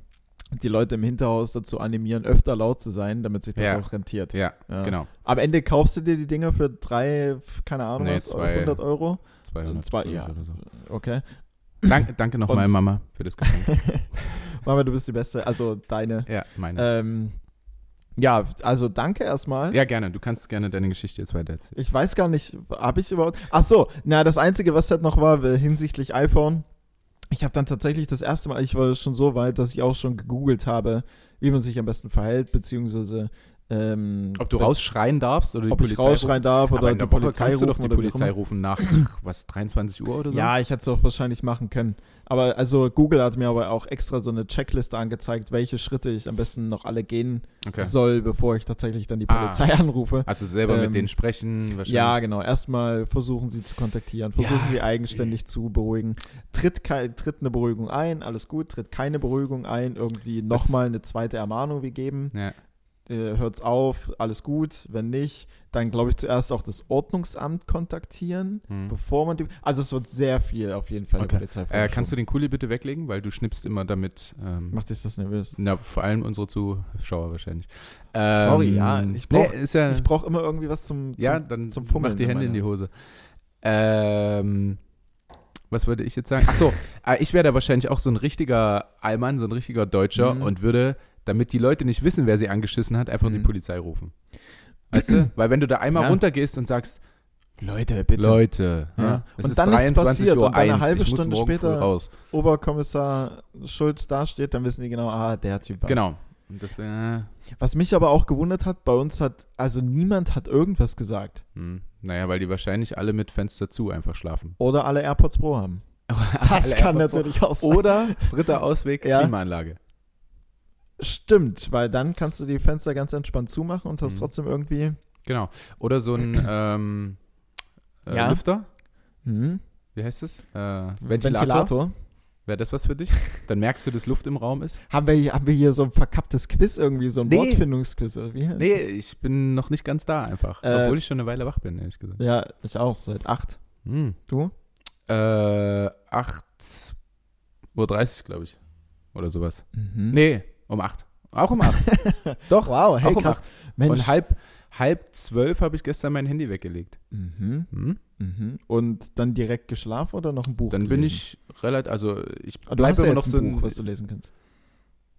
die Leute im Hinterhaus dazu animieren, öfter laut zu sein, damit sich das
Ja.
auch rentiert.
Ja, ja,
Ja. Also
genau.
Am Ende kaufst du dir die Dinger für drei, keine Ahnung,
Nee,
was,
zwei.
100 Euro.
200
Zwei-
Euro
ja.
oder so.
Okay.
Dank, danke nochmal,
Und-
Mama, für das Geschenk.
Mama, du bist die Beste. Also deine.
ja, meine.
Ähm, ja, also danke erstmal.
ja, gerne. Du kannst gerne deine Geschichte jetzt weitererzählen.
Ich weiß gar nicht, habe ich überhaupt. Ach so, na, das Einzige, was halt noch war äh, hinsichtlich iPhone, ich habe dann tatsächlich das erste Mal, ich war schon so weit, dass ich auch schon gegoogelt habe, wie man sich am besten verhält, beziehungsweise. Ähm,
Ob du
das-
rausschreien darfst oder die
ob ich
Polizei
rausschreien darf
rufen? Aber
oder die
in der Woche
Polizei rufen.
kannst du doch die
oder wie auch
Polizei
immer.
rufen nach, was, 23 Uhr oder so?
Ja, ich hätte es auch wahrscheinlich machen können. Aber also Google hat mir aber auch extra so eine Checkliste angezeigt, welche Schritte ich am besten noch alle gehen
Okay.
soll, bevor ich tatsächlich dann die
Ah.
Polizei anrufe.
Also selber mit
Ähm,
denen sprechen wahrscheinlich.
Ja, genau. Erstmal versuchen sie zu kontaktieren, versuchen
Ja.
sie eigenständig zu beruhigen. Tritt, kei- tritt eine Beruhigung ein, alles gut. Tritt keine Beruhigung ein, irgendwie
Das-
nochmal eine zweite Ermahnung wir geben.
Ja.
Äh, hört's auf, alles gut. Wenn nicht, dann glaube ich zuerst auch das Ordnungsamt kontaktieren,
Hm.
bevor man die. Also es wird sehr viel auf jeden Fall
Okay.
Polizei
Äh, kannst du den Kuli bitte weglegen, weil du schnippst immer damit. Ähm,
Macht dich das nervös?
na, vor allem unsere Zuschauer wahrscheinlich. Ähm,
Sorry, ja, ich brauch-
nee, ist ja,
Ich brauche immer irgendwie was zum, zum
Äh. ja, dann
zum Fummeln
mach die
in
Hände
meiner
in die
Hand.
Hose. Ähm, was würde ich jetzt sagen? Ach so, äh, ich wäre da wahrscheinlich auch so ein richtiger Allmann, so ein richtiger Deutscher
Mhm.
und würde, damit die Leute nicht wissen, wer sie angeschissen hat, einfach die
Mhm.
Polizei rufen. Weißt du? Weil wenn du da einmal
Ja.
runtergehst und sagst,
Leute, bitte.
Leute,
Ja.
ja. es
Und
ist
dann nichts
23
passiert
Uhr
und dann eine
eins,
halbe
ich muss
Stunde
morgen früh
später-
raus.
Oberkommissar Schulz dasteht, dann wissen die genau, ah, der Typ war
Genau. Und das, äh,
Was mich aber auch gewundert hat, bei uns hat, also niemand hat irgendwas gesagt.
Hm. Naja, weil die wahrscheinlich alle mit Fenster zu einfach schlafen.
Oder alle AirPods Pro haben. Das
Alle
kann
AirPods
natürlich auch sein.
Oder dritter Ausweg,
Ja.
Klimaanlage.
Stimmt, weil dann kannst du die Fenster ganz entspannt zumachen und hast
Mhm.
trotzdem irgendwie.
Genau. Oder so ein ähm, äh,
Ja.
Lüfter.
Hm,
Wie heißt es? Äh, Ventilator.
Ventilator.
Wäre das was für dich? Dann merkst du, dass Luft im Raum ist.
Haben wir, hier- haben wir hier so ein verkapptes Quiz irgendwie, so ein
Nee.
Wortfindungsquiz? oder Wie?
Nee, ich bin noch nicht ganz da einfach.
Äh,
obwohl ich schon eine Weile wach bin, ehrlich gesagt.
Ja, ich auch, seit acht.
Hm.
Du?
Äh, 8.30 Uhr, glaube ich. Oder sowas.
Mhm.
Nee, um 8. Auch um 8. Doch,
Wow, hey,
auch um
krass.
8.
Mensch.
Und halb, halb zwölf habe ich gestern mein Handy weggelegt.
mhm.
Hm?
Mhm. Und dann direkt geschlafen oder noch ein Buch?
Dann bin
gelesen?
ich relativ, also ich
Ah, Du hast ja
immer
jetzt
noch
ein
so ein-
Buch, was du lesen kannst.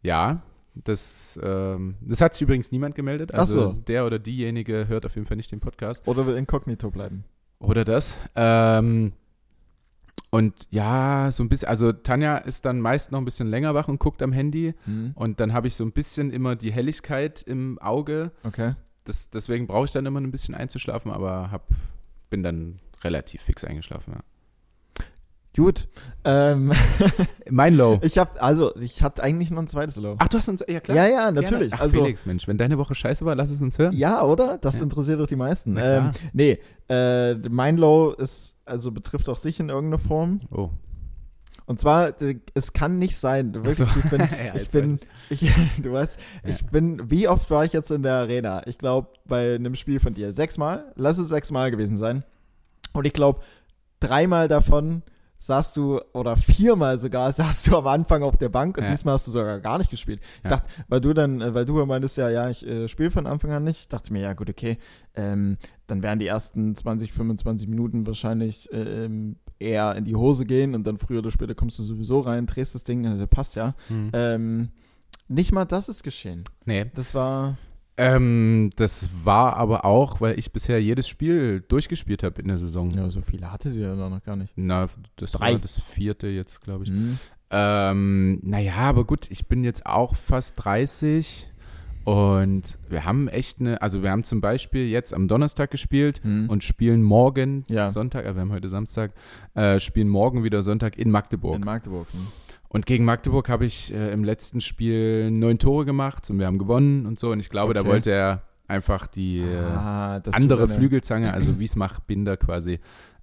Ja, das, ähm, das hat sich übrigens niemand gemeldet.
Ach
Also
so.
der oder diejenige hört auf jeden Fall nicht den Podcast.
Oder will inkognito bleiben.
Oder das. Ähm, und ja, so ein bisschen, also Tanja ist dann meist noch ein bisschen länger wach und guckt am Handy. Und dann habe ich so ein bisschen immer die Helligkeit im Auge.
Okay.
Das, deswegen brauche ich dann immer ein bisschen einzuschlafen, aber hab, bin dann relativ fix eingeschlafen. Ja.
Gut. Ähm,
Mein Low.
ich habe also, ich hatte eigentlich noch ein zweites Low.
Ach, du hast uns, ja klar.
ja, ja, natürlich.
Gerne. Ach,
also,
Felix, Mensch, wenn deine Woche scheiße war, lass es uns hören.
ja, oder? Das
Ja.
interessiert doch die meisten.
Na
Ähm,
klar.
nee, äh, mein Low ist, also betrifft auch dich in irgendeiner Form.
Oh.
Und zwar, äh, es kann nicht sein. Wirklich,
so.
ich bin,
Ja,
ich
jetzt
bin, ich, du weißt,
Ja.
ich bin, wie oft war ich jetzt in der Arena? Ich glaube, bei einem Spiel von dir sechsmal, lass es sechsmal gewesen sein. Und ich glaube, dreimal davon saßt du, oder viermal sogar, saßt du am Anfang auf der Bank und
Ja.
diesmal hast du sogar gar nicht gespielt. Ich
Ja.
dachte, weil du dann, äh, weil du ja meintest, ja, ja, ich äh, spiele von Anfang an nicht. Ich dachte mir, ja, gut, okay, ähm, dann werden die ersten 20, 25 Minuten wahrscheinlich ähm, eher in die Hose gehen und dann früher oder später kommst du sowieso rein, drehst das Ding, also passt ja.
Hm.
Ähm, nicht mal das ist geschehen.
Nee.
Das war.
Ähm, das war aber auch, weil ich bisher jedes Spiel durchgespielt habe in der Saison.
Ja, so viele hattet ihr da noch gar nicht.
Na, das
Drei.
war das vierte jetzt, glaube ich.
Mhm.
Ähm, naja, aber gut, ich bin jetzt auch fast 30 und wir haben echt eine, also wir haben zum Beispiel jetzt am Donnerstag gespielt
Mhm.
und spielen morgen,
Ja.
Sonntag, äh, wir haben heute Samstag, äh, spielen morgen wieder Sonntag in Magdeburg.
in Magdeburg. ne?
Und gegen Magdeburg habe ich äh, im letzten Spiel neun Tore gemacht und wir haben gewonnen und so. Und ich glaube, da
Okay.
wollte er einfach die äh,
Ah, das
andere
tut mir leid.
Flügelzange, also Wiesmach Binder quasi,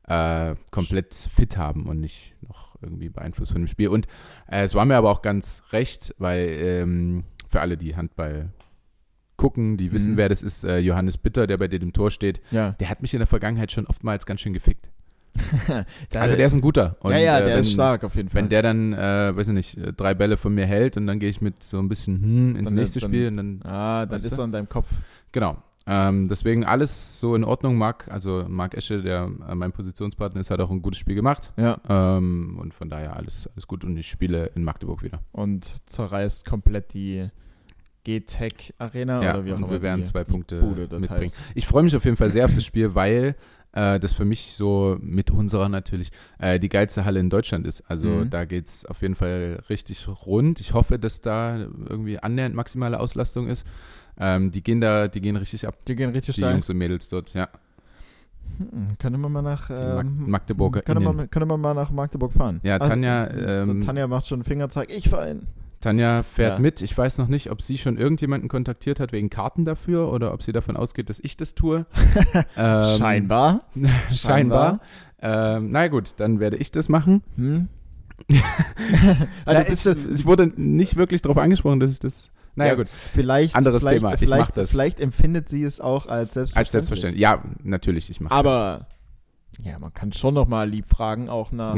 äh, komplett fit haben und nicht noch irgendwie beeinflusst von dem Spiel. Und äh, es war mir aber auch ganz recht, weil ähm, für alle, die Handball gucken, die wissen,
Mhm.
wer das ist, äh, Johannes Bitter, der bei dir im Tor steht,
Ja.
der hat mich in der Vergangenheit schon oftmals ganz schön gefickt.
Da-
Also der ist ein guter. Und,
ja, ja,
äh,
der ist
wenn-
stark auf jeden Fall.
wenn der dann, äh, weiß ich nicht, äh, drei Bälle von mir hält und dann gehe ich mit so ein bisschen hm, ins
Dann-
nächste
dann-
Spiel und dann,
ah, dann
Weißt
ist
du?
er in deinem Kopf.
genau. Ähm, deswegen alles so in Ordnung. Marc, also Marc Esche, der äh, mein Positionspartner ist, hat auch ein gutes Spiel gemacht.
Ja.
Ähm, und von daher alles, alles gut und ich spiele in Magdeburg wieder.
Und zerreißt komplett die GTEC Arena
ja,
oder wie auch
und
immer.
wir werden
die,
zwei
die
Punkte
Bude dort
mitbringen.
heißt.
Ich freue mich auf jeden Fall sehr auf das Spiel, weil äh, das für mich so mit unserer natürlich äh, die geilste Halle in Deutschland ist. Also
Mhm.
da geht es auf jeden Fall richtig rund. Ich hoffe, dass da irgendwie annähernd maximale Auslastung ist. Ähm, die gehen da, die gehen richtig ab,
Die gehen richtig
die
stark.
Jungs und Mädels dort, ja.
Hm, können wir mal nach
Mag
ähm,
Magdeburger
Können wir,
innen.
mal- können wir mal nach Magdeburg fahren?
Ja,
Also,
Tanja,
so
ähm,
Tanja macht schon einen Fingerzeig. Ich fahre hin.
Tanja fährt
Ja.
mit. Ich weiß noch nicht, ob sie schon irgendjemanden kontaktiert hat wegen Karten dafür oder ob sie davon ausgeht, dass ich das tue. Ähm,
Scheinbar.
Scheinbar. Ähm, na gut, dann werde ich das machen.
Hm?
Na,
also, bist
ich,
du,
ich wurde nicht wirklich darauf angesprochen, dass ich das. Naja,
Ja,
gut.
vielleicht,
anderes
vielleicht,
Thema. Ich
Vielleicht,
mach das.
vielleicht empfindet sie es auch als selbstverständlich.
Als selbstverständlich. Ja, natürlich, ich mache
Aber ja, man kann schon noch mal lieb fragen, auch nach,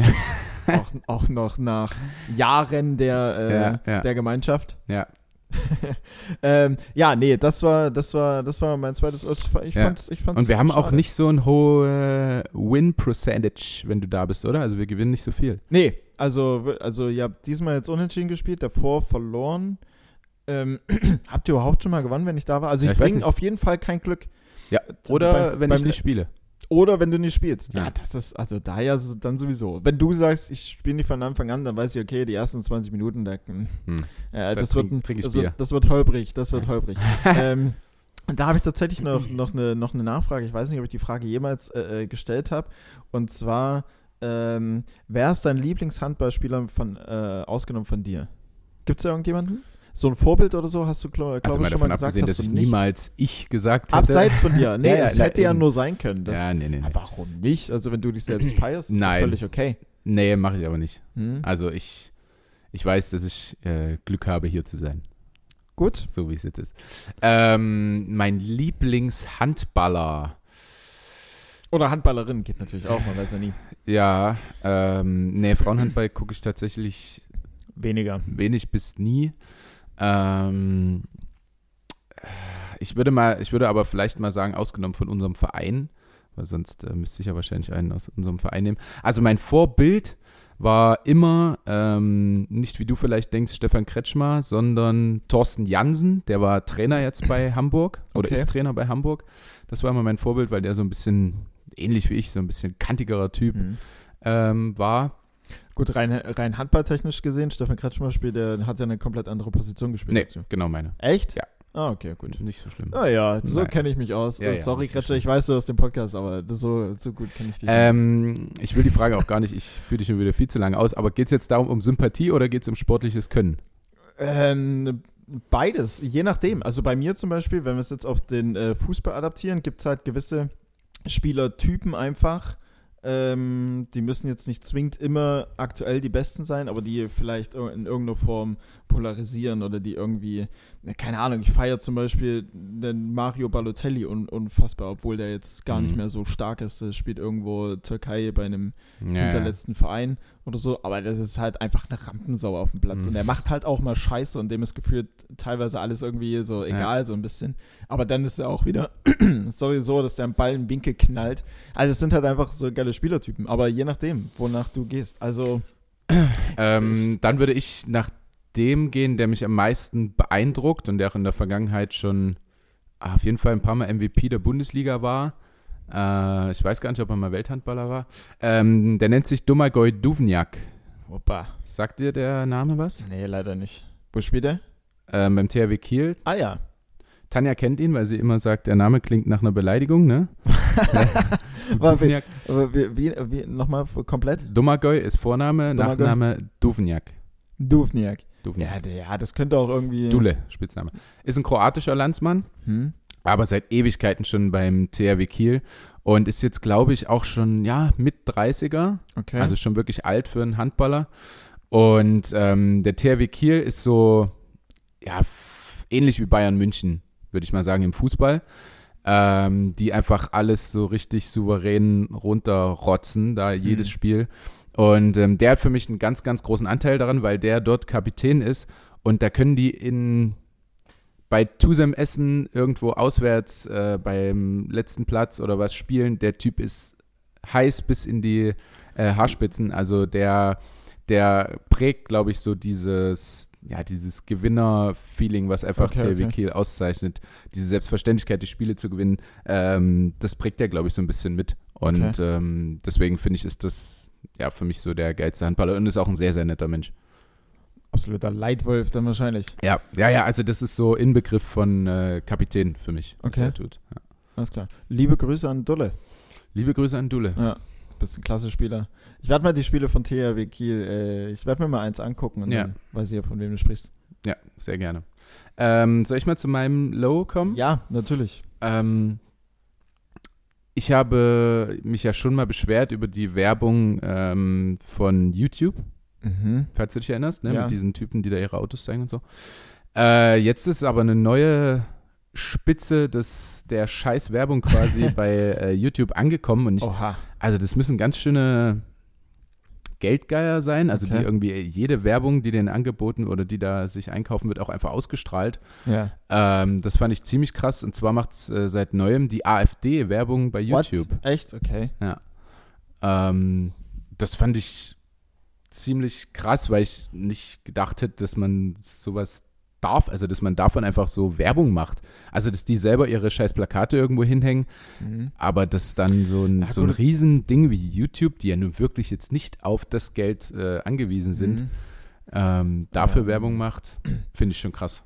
auch, auch noch nach Jahren der, äh,
Ja, ja.
der Gemeinschaft.
Ja.
ähm, ja, nee, das war, das war, das war mein zweites. Ich
Ja.
fand's, ich fand's
Und wir haben auch
schade.
nicht so ein hohe Win-Percentage, wenn du da bist, oder? Also wir gewinnen nicht so viel.
Nee, also, w- also ihr habt diesmal jetzt unentschieden gespielt, davor verloren. Ähm, habt ihr überhaupt schon mal gewonnen, wenn ich da war? Also
Ja,
ich
ich weiß
bringe
nicht.
auf jeden Fall kein Glück.
Ja,
D-
Oder
beim-
wenn
beim
ich nicht spiele.
Oder wenn du nicht spielst. Ja,
Ja.
das ist, also da ja so- dann sowieso. Wenn du sagst, ich spiele nicht von Anfang an, dann weiß ich, okay, die ersten 20 Minuten, da, hm,
Hm.
äh,
Da
das,
trink-
wird, ein-
trink ich
das, wird,
Bier.
das wird holprig, das wird holprig. ähm, und da habe ich tatsächlich noch, noch, eine, noch eine Nachfrage. Ich weiß nicht, ob ich die Frage jemals äh, äh, gestellt habe. Und zwar, ähm, wer ist dein Lieblingshandballspieler von, äh, ausgenommen von dir? Gibt es da irgendjemanden? So ein Vorbild oder so hast du, glaube
Also
ich,
mal
schon mal
davon
gesagt,
abgesehen,
hast
dass
du
ich
nicht.
niemals ich gesagt hätte.
Abseits von dir. Nee,
Ja, ja,
es
na,
hätte ja
eben.
nur sein können. Das
Ja, nee, nee, nee.
Warum nicht? Also wenn du dich selbst feierst, ist Nein.
Nein.
völlig okay.
Nee, mache ich aber nicht.
Hm?
Also ich, ich weiß, dass ich äh, Glück habe, hier zu sein,
Gut.
so wie es jetzt ist. Ähm, mein Lieblingshandballer,
Oder Handballerin geht natürlich auch, man weiß ja nie.
ja, ähm, nee, Frauenhandball gucke ich tatsächlich
Weniger.
wenig bis nie. Ähm, ich würde mal, ich würde aber vielleicht mal sagen, ausgenommen von unserem Verein, weil sonst äh, müsste ich ja wahrscheinlich einen aus unserem Verein nehmen. Also mein Vorbild war immer, ähm, nicht wie du vielleicht denkst, Stefan Kretschmer, sondern Thorsten Jansen, der war Trainer jetzt bei Hamburg oder
Okay.
ist Trainer bei Hamburg. Das war immer mein Vorbild, weil der so ein bisschen, ähnlich wie ich, so ein bisschen kantigerer Typ
Hm.
ähm, war.
Gut, rein, rein handballtechnisch gesehen, Stefan Kretschmer spielt, der hat ja eine komplett andere Position gespielt.
Nee,
als du.
genau meine.
Echt?
Ja.
Ah, okay, gut.
Nicht so schlimm.
Naja, so
Nein.
kenne ich mich aus.
Ja,
Äh,
ja,
Sorry,
das ist
Kretscher,
schon.
ich weiß, du hast den Podcast, aber das so, so gut kenne ich dich.
Ähm, ich will die Frage auch gar nicht, ich führe dich schon wieder viel zu lange aus, aber geht es jetzt darum um Sympathie oder geht es um sportliches Können?
Ähm, beides, je nachdem. Also bei mir zum Beispiel, wenn wir es jetzt auf den äh, Fußball adaptieren, gibt es halt gewisse Spielertypen einfach. Ähm, die müssen jetzt nicht zwingend immer aktuell die Besten sein, aber die vielleicht ir- in irgendeiner Form polarisieren oder die irgendwie, na, keine Ahnung, ich feiere zum Beispiel den Mario Balotelli un unfassbar, obwohl der jetzt gar
Mhm.
nicht mehr so stark ist. Der spielt irgendwo Türkei bei einem
Ja,
hinterletzten Verein oder so, aber das ist halt einfach eine Rampensau auf dem Platz
Mhm.
und er macht halt auch mal Scheiße und dem ist gefühlt teilweise alles irgendwie so egal, so ein bisschen. Aber dann ist er auch wieder, sorry, so, dass der einen Ball in den Winkel knallt. Also es sind halt einfach so geile Spielertypen, aber je nachdem, wonach du gehst. Also,
Ähm, dann würde ich nach dem gehen, der mich am meisten beeindruckt und der auch in der Vergangenheit schon ah, auf jeden Fall ein paar Mal MVP der Bundesliga war. Äh, ich weiß gar nicht, ob er mal Welthandballer war. Ähm, der nennt sich Domagoj Duvniak.
opa.
Sagt dir der Name was?
Nee, leider nicht. Wo spielt er?
Ähm, beim THW Kiel.
Ah ja.
Tanja kennt ihn, weil sie immer sagt, der Name klingt nach einer Beleidigung, ne?
War-
Duvniak.
Aber äh, wie, wie, wie nochmal komplett?
Domagoj ist Vorname,
Domagoj.
Nachname Duvniak.
Duvniak.
Duvniak.
Ja, der- ja, das könnte auch irgendwie.
Dule, Spitzname. Ist ein kroatischer Landsmann,
Hm?
aber seit Ewigkeiten schon beim THW Kiel und ist jetzt, glaube ich, auch schon, ja, mit 30er,
Okay.
also schon wirklich alt für einen Handballer. Und ähm, der THW Kiel ist so, ja, f- ähnlich wie Bayern München, würde ich mal sagen, im Fußball. Ähm, die einfach alles so richtig souverän runterrotzen, da jedes Spiel. Und ähm, der hat für mich einen ganz, ganz großen Anteil daran, weil der dort Kapitän ist. Und da können die in bei Tusem Essen irgendwo auswärts äh, beim letzten Platz oder was spielen. Der Typ ist heiß bis in die äh, Haarspitzen. Also der, der prägt, glaube ich, so dieses, ja, dieses Gewinner-Feeling, was einfach
Okay,
THW
okay.
Kiel auszeichnet. Diese Selbstverständlichkeit, die Spiele zu gewinnen, ähm, das prägt er, glaube ich, so ein bisschen mit. Und ähm, deswegen finde ich, ist das ja für mich so der geilste Handballer und ist auch ein sehr, sehr netter Mensch.
absoluter Leitwolf dann wahrscheinlich.
Ja, ja, ja, also das ist so Inbegriff von äh, Kapitän für mich, was
Okay.
er tut. Ja.
Alles klar. Liebe Grüße an Dulle.
Liebe Grüße an Dule.
Ja, bist ein klasse Spieler. Ich werde mal die Spiele von THW Kiel, äh, ich werde mir mal eins angucken und
Ja.
dann weiß ich ja, von wem du sprichst.
Ja, sehr gerne. Ähm, soll ich mal zu meinem Low kommen?
Ja, natürlich.
Ähm, ich habe mich ja schon mal beschwert über die Werbung ähm, von YouTube,
Mhm.
falls du dich erinnerst, ne?
Ja.
mit diesen Typen, die da ihre Autos zeigen und so. Äh, jetzt ist aber eine neue Spitze des, der Scheiß-Werbung quasi bei äh, YouTube angekommen und ich
Oha.
Also das müssen ganz schöne Geldgeier sein, also
Okay.
die irgendwie jede Werbung, die denen angeboten oder die da sich einkaufen wird, auch einfach ausgestrahlt.
Ja.
Ähm, das fand ich ziemlich krass und zwar macht es äh, seit neuem die AfD Werbung bei YouTube.
What? Echt? Okay.
Ähm, das fand ich ziemlich krass, weil ich nicht gedacht hätte, dass man sowas darf, also dass man davon einfach so Werbung macht. Also dass die selber ihre scheiß Plakate irgendwo hinhängen
Mhm.
aber dass dann so ein,
Ja,
so ein
gut.
Riesending wie YouTube, die ja nun wirklich jetzt nicht auf das Geld äh, angewiesen sind,
Mhm.
ähm, dafür
Ja.
Werbung macht, finde ich schon krass.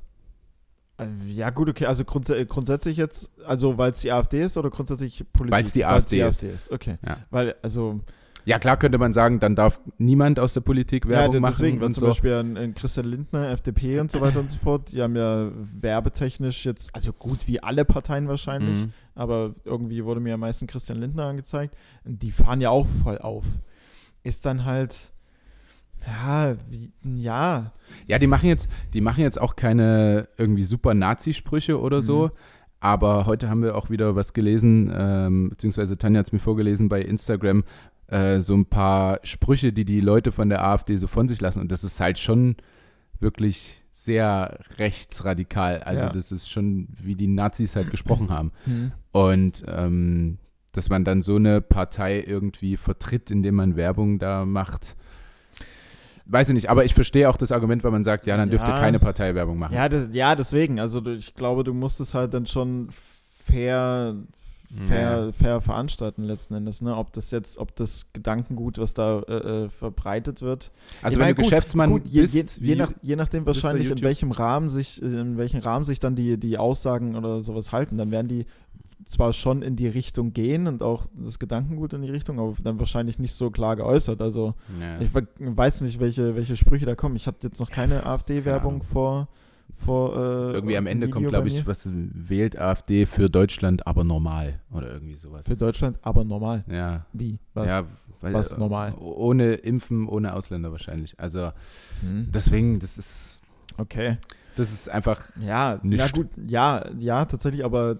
Äh, Ja, gut, okay. Also grundsä äh, grundsätzlich jetzt, also weil es die AfD ist oder grundsätzlich Politik?
Weil's die AfD ist.
Okay.
Ja.
Weil, also,
Ja, klar könnte man sagen, dann darf niemand aus der Politik Werbung
ja,
machen.
deswegen, weil
und
zum
so.
Beispiel ein, ein Christian Lindner, FDP und so weiter und so fort, die haben ja werbetechnisch jetzt, also gut wie alle Parteien wahrscheinlich,
Mhm.
aber irgendwie wurde mir am meisten Christian Lindner angezeigt. Und die fahren ja auch voll auf. Ist dann halt, ja, wie, ja,
Ja, die machen jetzt, die machen jetzt auch keine irgendwie super Nazi-Sprüche oder so. Aber heute haben wir auch wieder was gelesen, ähm, beziehungsweise Tanja hat es mir vorgelesen bei Instagram, äh, so ein paar Sprüche, die die Leute von der AfD so von sich lassen. Und das ist halt schon wirklich sehr rechtsradikal. Also
Ja.
das ist schon, wie die Nazis halt gesprochen haben. Und ähm, dass man dann so eine Partei irgendwie vertritt, indem man Werbung da macht. Weiß ich nicht, aber ich verstehe auch das Argument, weil man sagt, ja, dann dürfte
Ja.
keine Partei Werbung machen.
ja, das, ja, deswegen, also du- ich glaube, du musst es halt dann schon fair fair, fair veranstalten letzten Endes, ne? Ob das jetzt, ob das Gedankengut, was da äh, äh, verbreitet wird.
Also
Ich meine,
wenn du
gut,
Geschäftsmann
Gut, je, je,
bist,
je,
wie-
nach, je nachdem
bist du
wahrscheinlich, in
YouTube-
welchem Rahmen sich, in welchem Rahmen sich dann die, die Aussagen oder sowas halten, dann werden die zwar schon in die Richtung gehen und auch das Gedankengut in die Richtung, aber dann wahrscheinlich nicht so klar geäußert. Also
ja.
ich we- weiß nicht, welche, welche Sprüche da kommen. Ich hatte jetzt noch keine AfD-Werbung
Ahnung.
vor. vor äh,
irgendwie am
im
Ende kommt,
Video
glaube
bei
ich,
mir.
was wählt AfD für Deutschland, aber normal oder irgendwie sowas.
Für Deutschland, aber normal.
Ja,
Wie? Was?
ja, weil,
was
äh,
normal?
Ohne Impfen, ohne Ausländer wahrscheinlich. Also
Hm.
deswegen, das ist,
Okay.
das ist einfach
Ja, ja
Nicht.
gut, ja, ja, tatsächlich, aber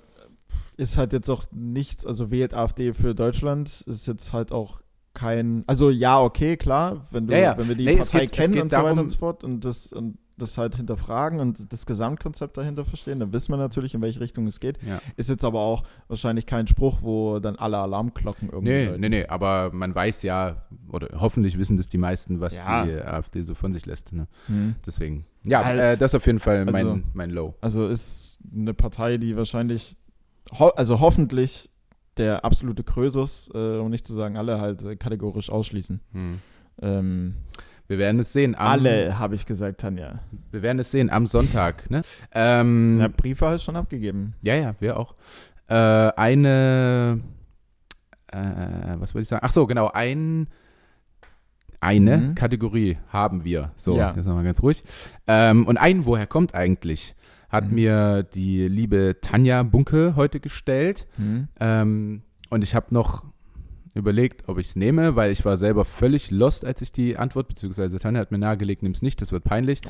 ist halt jetzt auch nichts, also wählt AfD für Deutschland, ist jetzt halt auch kein, also ja, okay, klar, wenn, du,
Ja, ja.
wenn wir die
Nee, es
Partei
geht- es
kennen
geht
und so weiter
darum-
und so fort und das, und das halt hinterfragen und das Gesamtkonzept dahinter verstehen, dann wissen wir natürlich, in welche Richtung es geht.
Ja.
Ist jetzt aber auch wahrscheinlich kein Spruch, wo dann alle Alarmglocken irgendwie
Nee,
läuten.
nee, nee, aber man weiß ja, oder hoffentlich wissen das die meisten, was
Ja.
die äh, AfD so von sich lässt. Ne?
Hm.
Deswegen. Ja,
Also-
äh, das ist auf jeden Fall mein,
also-
mein Low.
Also ist eine Partei, die wahrscheinlich, ho also hoffentlich der absolute Krösus, äh, um nicht zu sagen alle, halt äh, kategorisch ausschließen.
Hm.
Ähm,
Wir werden es sehen. Am,
alle, habe ich gesagt, Tanja.
Wir werden es sehen am Sonntag. Ne? Ähm,
Na, Briefe hast du schon abgegeben.
Ja, ja, wir auch. Äh, eine, äh, was wollte ich sagen? Ach so, genau, ein, eine
Mhm.
Kategorie haben wir. So,
Ja.
jetzt nochmal ganz ruhig. Ähm, und ein, woher kommt eigentlich, hat
Mhm.
mir die liebe Tanja Bunke heute gestellt.
Hm.
Ähm, und ich habe noch überlegt, ob ich es nehme, weil ich war selber völlig lost, als ich die Antwort, beziehungsweise Tanja hat mir nahegelegt, nimm es nicht, das wird peinlich.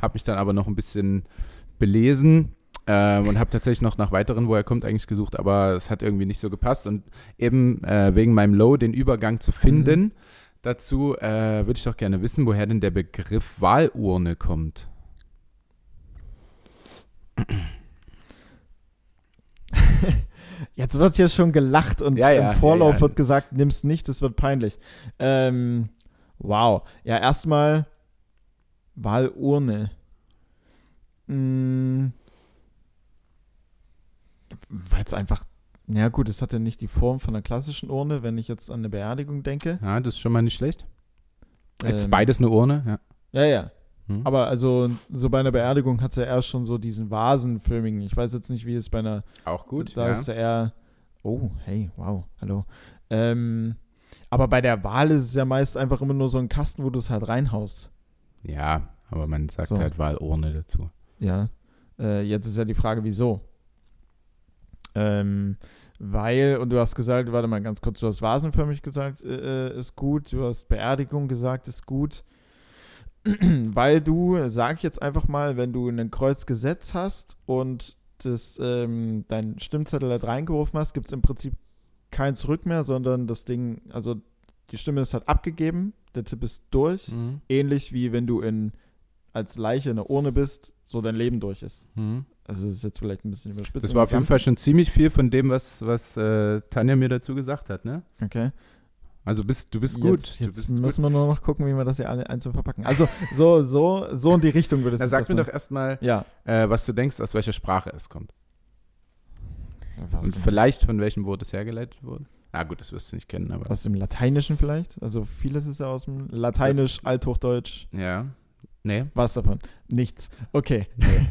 Habe mich dann aber noch ein bisschen belesen ähm, und habe tatsächlich noch nach weiteren, woher kommt, eigentlich gesucht, aber es hat irgendwie nicht so gepasst. Und eben äh, wegen meinem Low den Übergang zu finden,
Mhm.
dazu äh, würde ich doch gerne wissen, woher denn der Begriff Wahlurne kommt.
Jetzt wird hier schon gelacht und
Ja, ja,
im Vorlauf
ja, ja.
wird gesagt, nimm's nicht, das wird peinlich. Ähm, wow. Ja, erstmal Wahlurne. Mm. War jetzt einfach. Ja, gut, es hatte nicht die Form von einer klassischen Urne, wenn ich jetzt an eine Beerdigung denke.
Ja, das ist schon mal nicht schlecht. Es ist
Ähm,
beides eine Urne, ja.
Ja, ja.
Hm.
Aber also, so bei einer Beerdigung hat es ja erst schon so diesen vasenförmigen. Ich weiß jetzt nicht, wie es bei einer
Auch gut.
Da
ja.
ist er. Oh, hey, wow, hallo. Ähm, aber bei der Wahl ist es ja meist einfach immer nur so ein Kasten, wo du es halt reinhaust.
Ja, aber man sagt
So.
halt Wahlurne dazu.
Ja. Äh, jetzt ist ja die Frage, wieso? Ähm, weil, und du hast gesagt, warte mal ganz kurz, du hast vasenförmig gesagt, äh, äh, ist gut, du hast Beerdigung gesagt, ist gut. weil du, sag ich jetzt einfach mal, wenn du ein Kreuzgesetz hast und das, ähm, dein Stimmzettel halt reingerufen hast, gibt es im Prinzip kein Zurück mehr, sondern das Ding, also die Stimme ist halt abgegeben, der Tipp ist durch ähnlich wie wenn du in, als Leiche in der Urne bist, so dein Leben durch ist. Also das ist jetzt vielleicht ein bisschen überspitzt.
Das war auf jeden Fall schon ziemlich viel von dem, was, was äh, Tanja mir dazu gesagt hat, ne?
Okay.
Also bist, du bist gut.
Jetzt,
du
jetzt
bist gut.
müssen wir nur noch gucken, wie wir das hier alle einzeln verpacken. Also so, so, so in die Richtung würde es
Na,
jetzt
sag mir
erstmal-
doch erstmal,
Ja.
äh, was du denkst, aus welcher Sprache es kommt. Und vielleicht von welchem Wort es hergeleitet wurde. Na gut, das wirst du nicht kennen, aber.
Aus dem Lateinischen vielleicht? Also vieles ist ja aus dem Lateinisch, Althochdeutsch.
Ja. Nee.
Was davon? Nichts. Okay.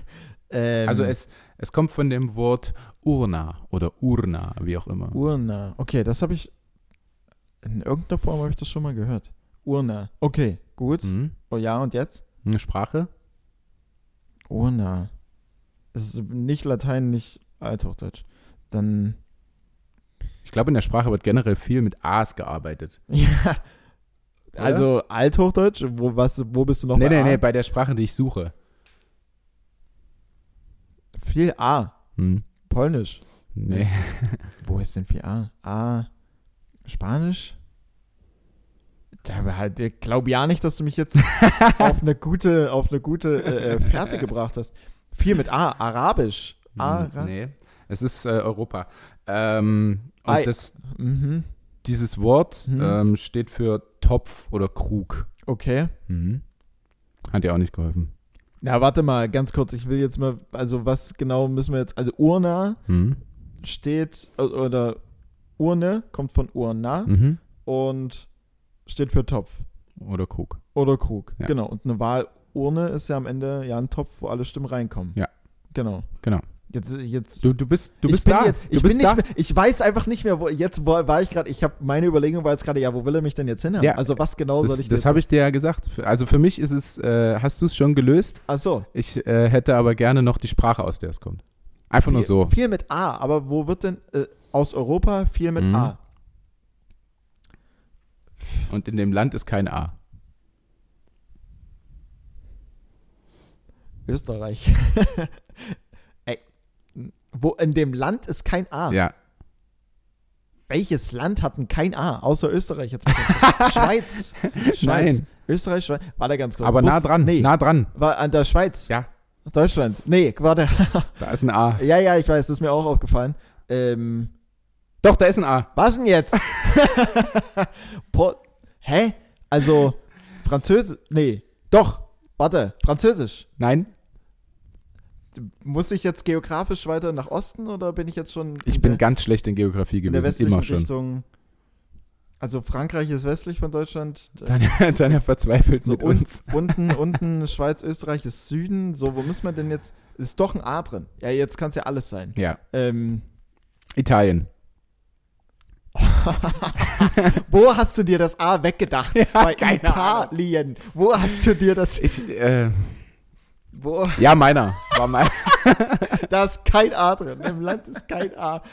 Ähm,
Also es, es kommt von dem Wort Urna oder Urna, wie auch immer.
Urna. Okay, das habe ich. In irgendeiner Form habe ich das schon mal gehört. Urna. Okay, gut.
Mhm.
Oh ja, und jetzt?
Eine Sprache?
Urna. Es ist nicht Latein, nicht Althochdeutsch. Dann.
Ich glaube, in der Sprache wird generell viel mit A's gearbeitet.
Ja.
Oder?
Also Althochdeutsch? Wo, was, wo bist du noch
nee,
bei
nee,
A?
nee, bei der Sprache, die ich suche.
Viel A.
Hm.
Polnisch.
Nee.
Wo ist denn 4a? A. Spanisch? Da war halt, ich glaube ja nicht, dass du mich jetzt auf eine gute, auf eine gute äh, äh, Fährte gebracht hast. Viel mit A, Arabisch. A,
Hm, nee. Es ist äh, Europa. Ähm,
Ei.
und das,
mhm.
dieses Wort
Mhm.
ähm, steht für Topf oder Krug. Mhm.
Okay.
Hat dir auch nicht geholfen.
Na, warte mal, ganz kurz. Ich will jetzt mal, also was genau müssen wir jetzt, also Urna
Hm.
steht, äh, oder Urne kommt von Urna
Mhm.
und steht für Topf
Oder Krug.
oder Krug.
Ja.
Genau. Und eine Wahlurne ist ja am Ende ja ein Topf, wo alle Stimmen reinkommen.
Ja.
Genau.
Genau.
Jetzt, jetzt.
Du, du bist, du
ich
bist
bin
da.
Jetzt,
du
ich,
bist
bin
da.
Nicht mehr, ich weiß einfach nicht mehr, wo jetzt war, war ich gerade. Ich habe meine Überlegung war jetzt gerade, ja, wo will er mich denn jetzt hin? haben?
Ja.
also was genau soll
Das,
ich
das
jetzt?
habe ich dir ja gesagt. Für- Also für mich ist es, äh, hast du es schon gelöst?
Ach so.
Ich äh, hätte aber gerne noch die Sprache, aus der es kommt. Einfach nur
Viel-
so.
Viel mit A, aber wo wird denn äh, aus Europa viel mit
Mhm.
A?
Und in dem Land ist kein A.
Österreich. Ey, wo in dem Land ist kein A?
Ja.
Welches Land hat denn kein A? Außer Österreich jetzt. mal ganz kurz. Schweiz. Schweiz.
Nein.
Österreich, Schweiz. War da ganz kurz.
Aber nah
Russ-
dran.
Nee.
Nah dran.
War an der Schweiz.
Ja.
Deutschland. Nee, warte.
Da ist ein A.
ja, ja, ich weiß, das ist mir auch aufgefallen. Ähm,
Doch, da ist ein A.
Was denn jetzt? po Hä? Also, Französisch. Nee, doch. Warte, Französisch.
Nein.
Muss ich jetzt geografisch weiter nach Osten oder bin ich jetzt schon.
Ich
in
bin
der,
ganz schlecht in Geografie
in der
gewesen.
westlichen
Immer schon.
Richtung. Also, Frankreich ist westlich von Deutschland. äh,
Tanja, Tanja verzweifelt
So
mit
un-
uns.
Unten, unten, Schweiz, Österreich ist Süden. So, wo müssen wir denn jetzt. Ist doch ein A drin. Ja, jetzt kann es ja alles sein.
Ja.
Ähm,
Italien.
wo hast du dir das A weggedacht? Bei
keine
Italien. Wo hast du dir das.
Ich, äh,
Wo?
ja, meiner. War mein.
Da ist kein A drin. Im Land ist kein A.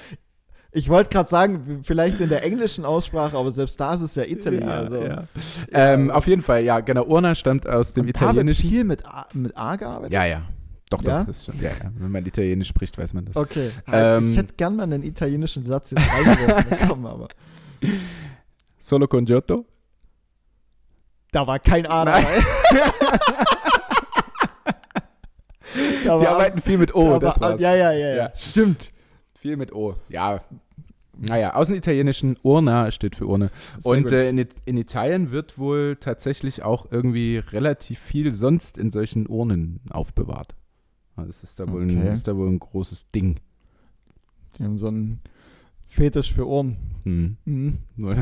Ich wollte gerade sagen, vielleicht in der englischen Aussprache, aber selbst da ist es ja Italy. also.
ja. Ähm, auf jeden Fall, ja, genau. Urna stammt aus dem
Da wird
Italienischen.
viel mit A, mit A gearbeitet.
Ja, ja. Doch, doch.
Ja?
Das ist schon, ja, ja. Wenn man Italienisch spricht, weiß man das.
Okay.
Ähm.
ich hätte gern mal einen italienischen Satz jetzt reingeworfen bekommen, aber
Solo con Giotto?
da war kein A
Nein.
dabei. da
Die arbeiten viel mit
da
O,
war-
das war's.
Ja, ja, ja, ja.
Ja.
Stimmt.
Viel mit O. Ja. Naja, aus dem Italienischen Urna steht für Urne.
Sehr
Und
gut.
äh, in, I- in Italien wird wohl tatsächlich auch irgendwie relativ viel sonst in solchen Urnen aufbewahrt. Also es ist da, wohl ein,
Okay.
ist da wohl ein großes Ding.
Die haben so einen Fetisch für Ohren.
Hm.
Mhm.
Nur-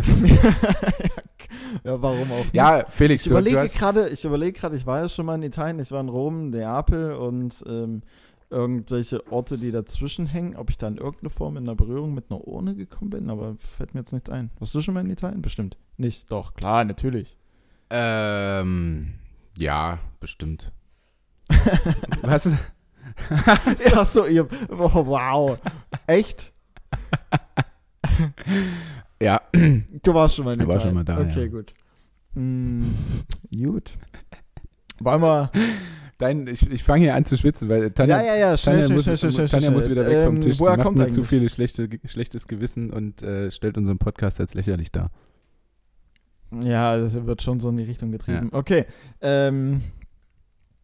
ja, warum auch nicht?
Ja, Felix,
Ich
du, du
überlege
hast,
gerade, ich überlege gerade, ich war ja schon mal in Italien, ich war in Rom, Neapel und ähm, irgendwelche Orte, die dazwischen hängen, ob ich da in irgendeiner Form in einer Berührung mit einer Urne gekommen bin, aber fällt mir jetzt nichts ein. Warst du schon mal in Italien? Bestimmt. Nicht. Doch, klar, natürlich.
Ähm, ja, bestimmt. Was?
Ach so, ihr, oh, wow. Echt?
Ja,
Du warst schon mal in
Ich
Italien.
war schon mal da,
Okay,
ja.
gut. Mm, gut. Wollen wir.
dein, ich, ich fange hier an zu schwitzen, weil Tanja,
Ja, ja, ja, schnell,
Tanja,
schnell,
muss,
schnell, schnell, schnell.
Tanja
schnell.
muss wieder weg vom
Ähm,
Tisch.
Woher
die macht
kommt
mir
eigentlich?
zu viele schlechte, schlechtes Gewissen und äh, stellt unseren Podcast als lächerlich dar.
Ja, das wird schon so in die Richtung getrieben. Okay. Ähm,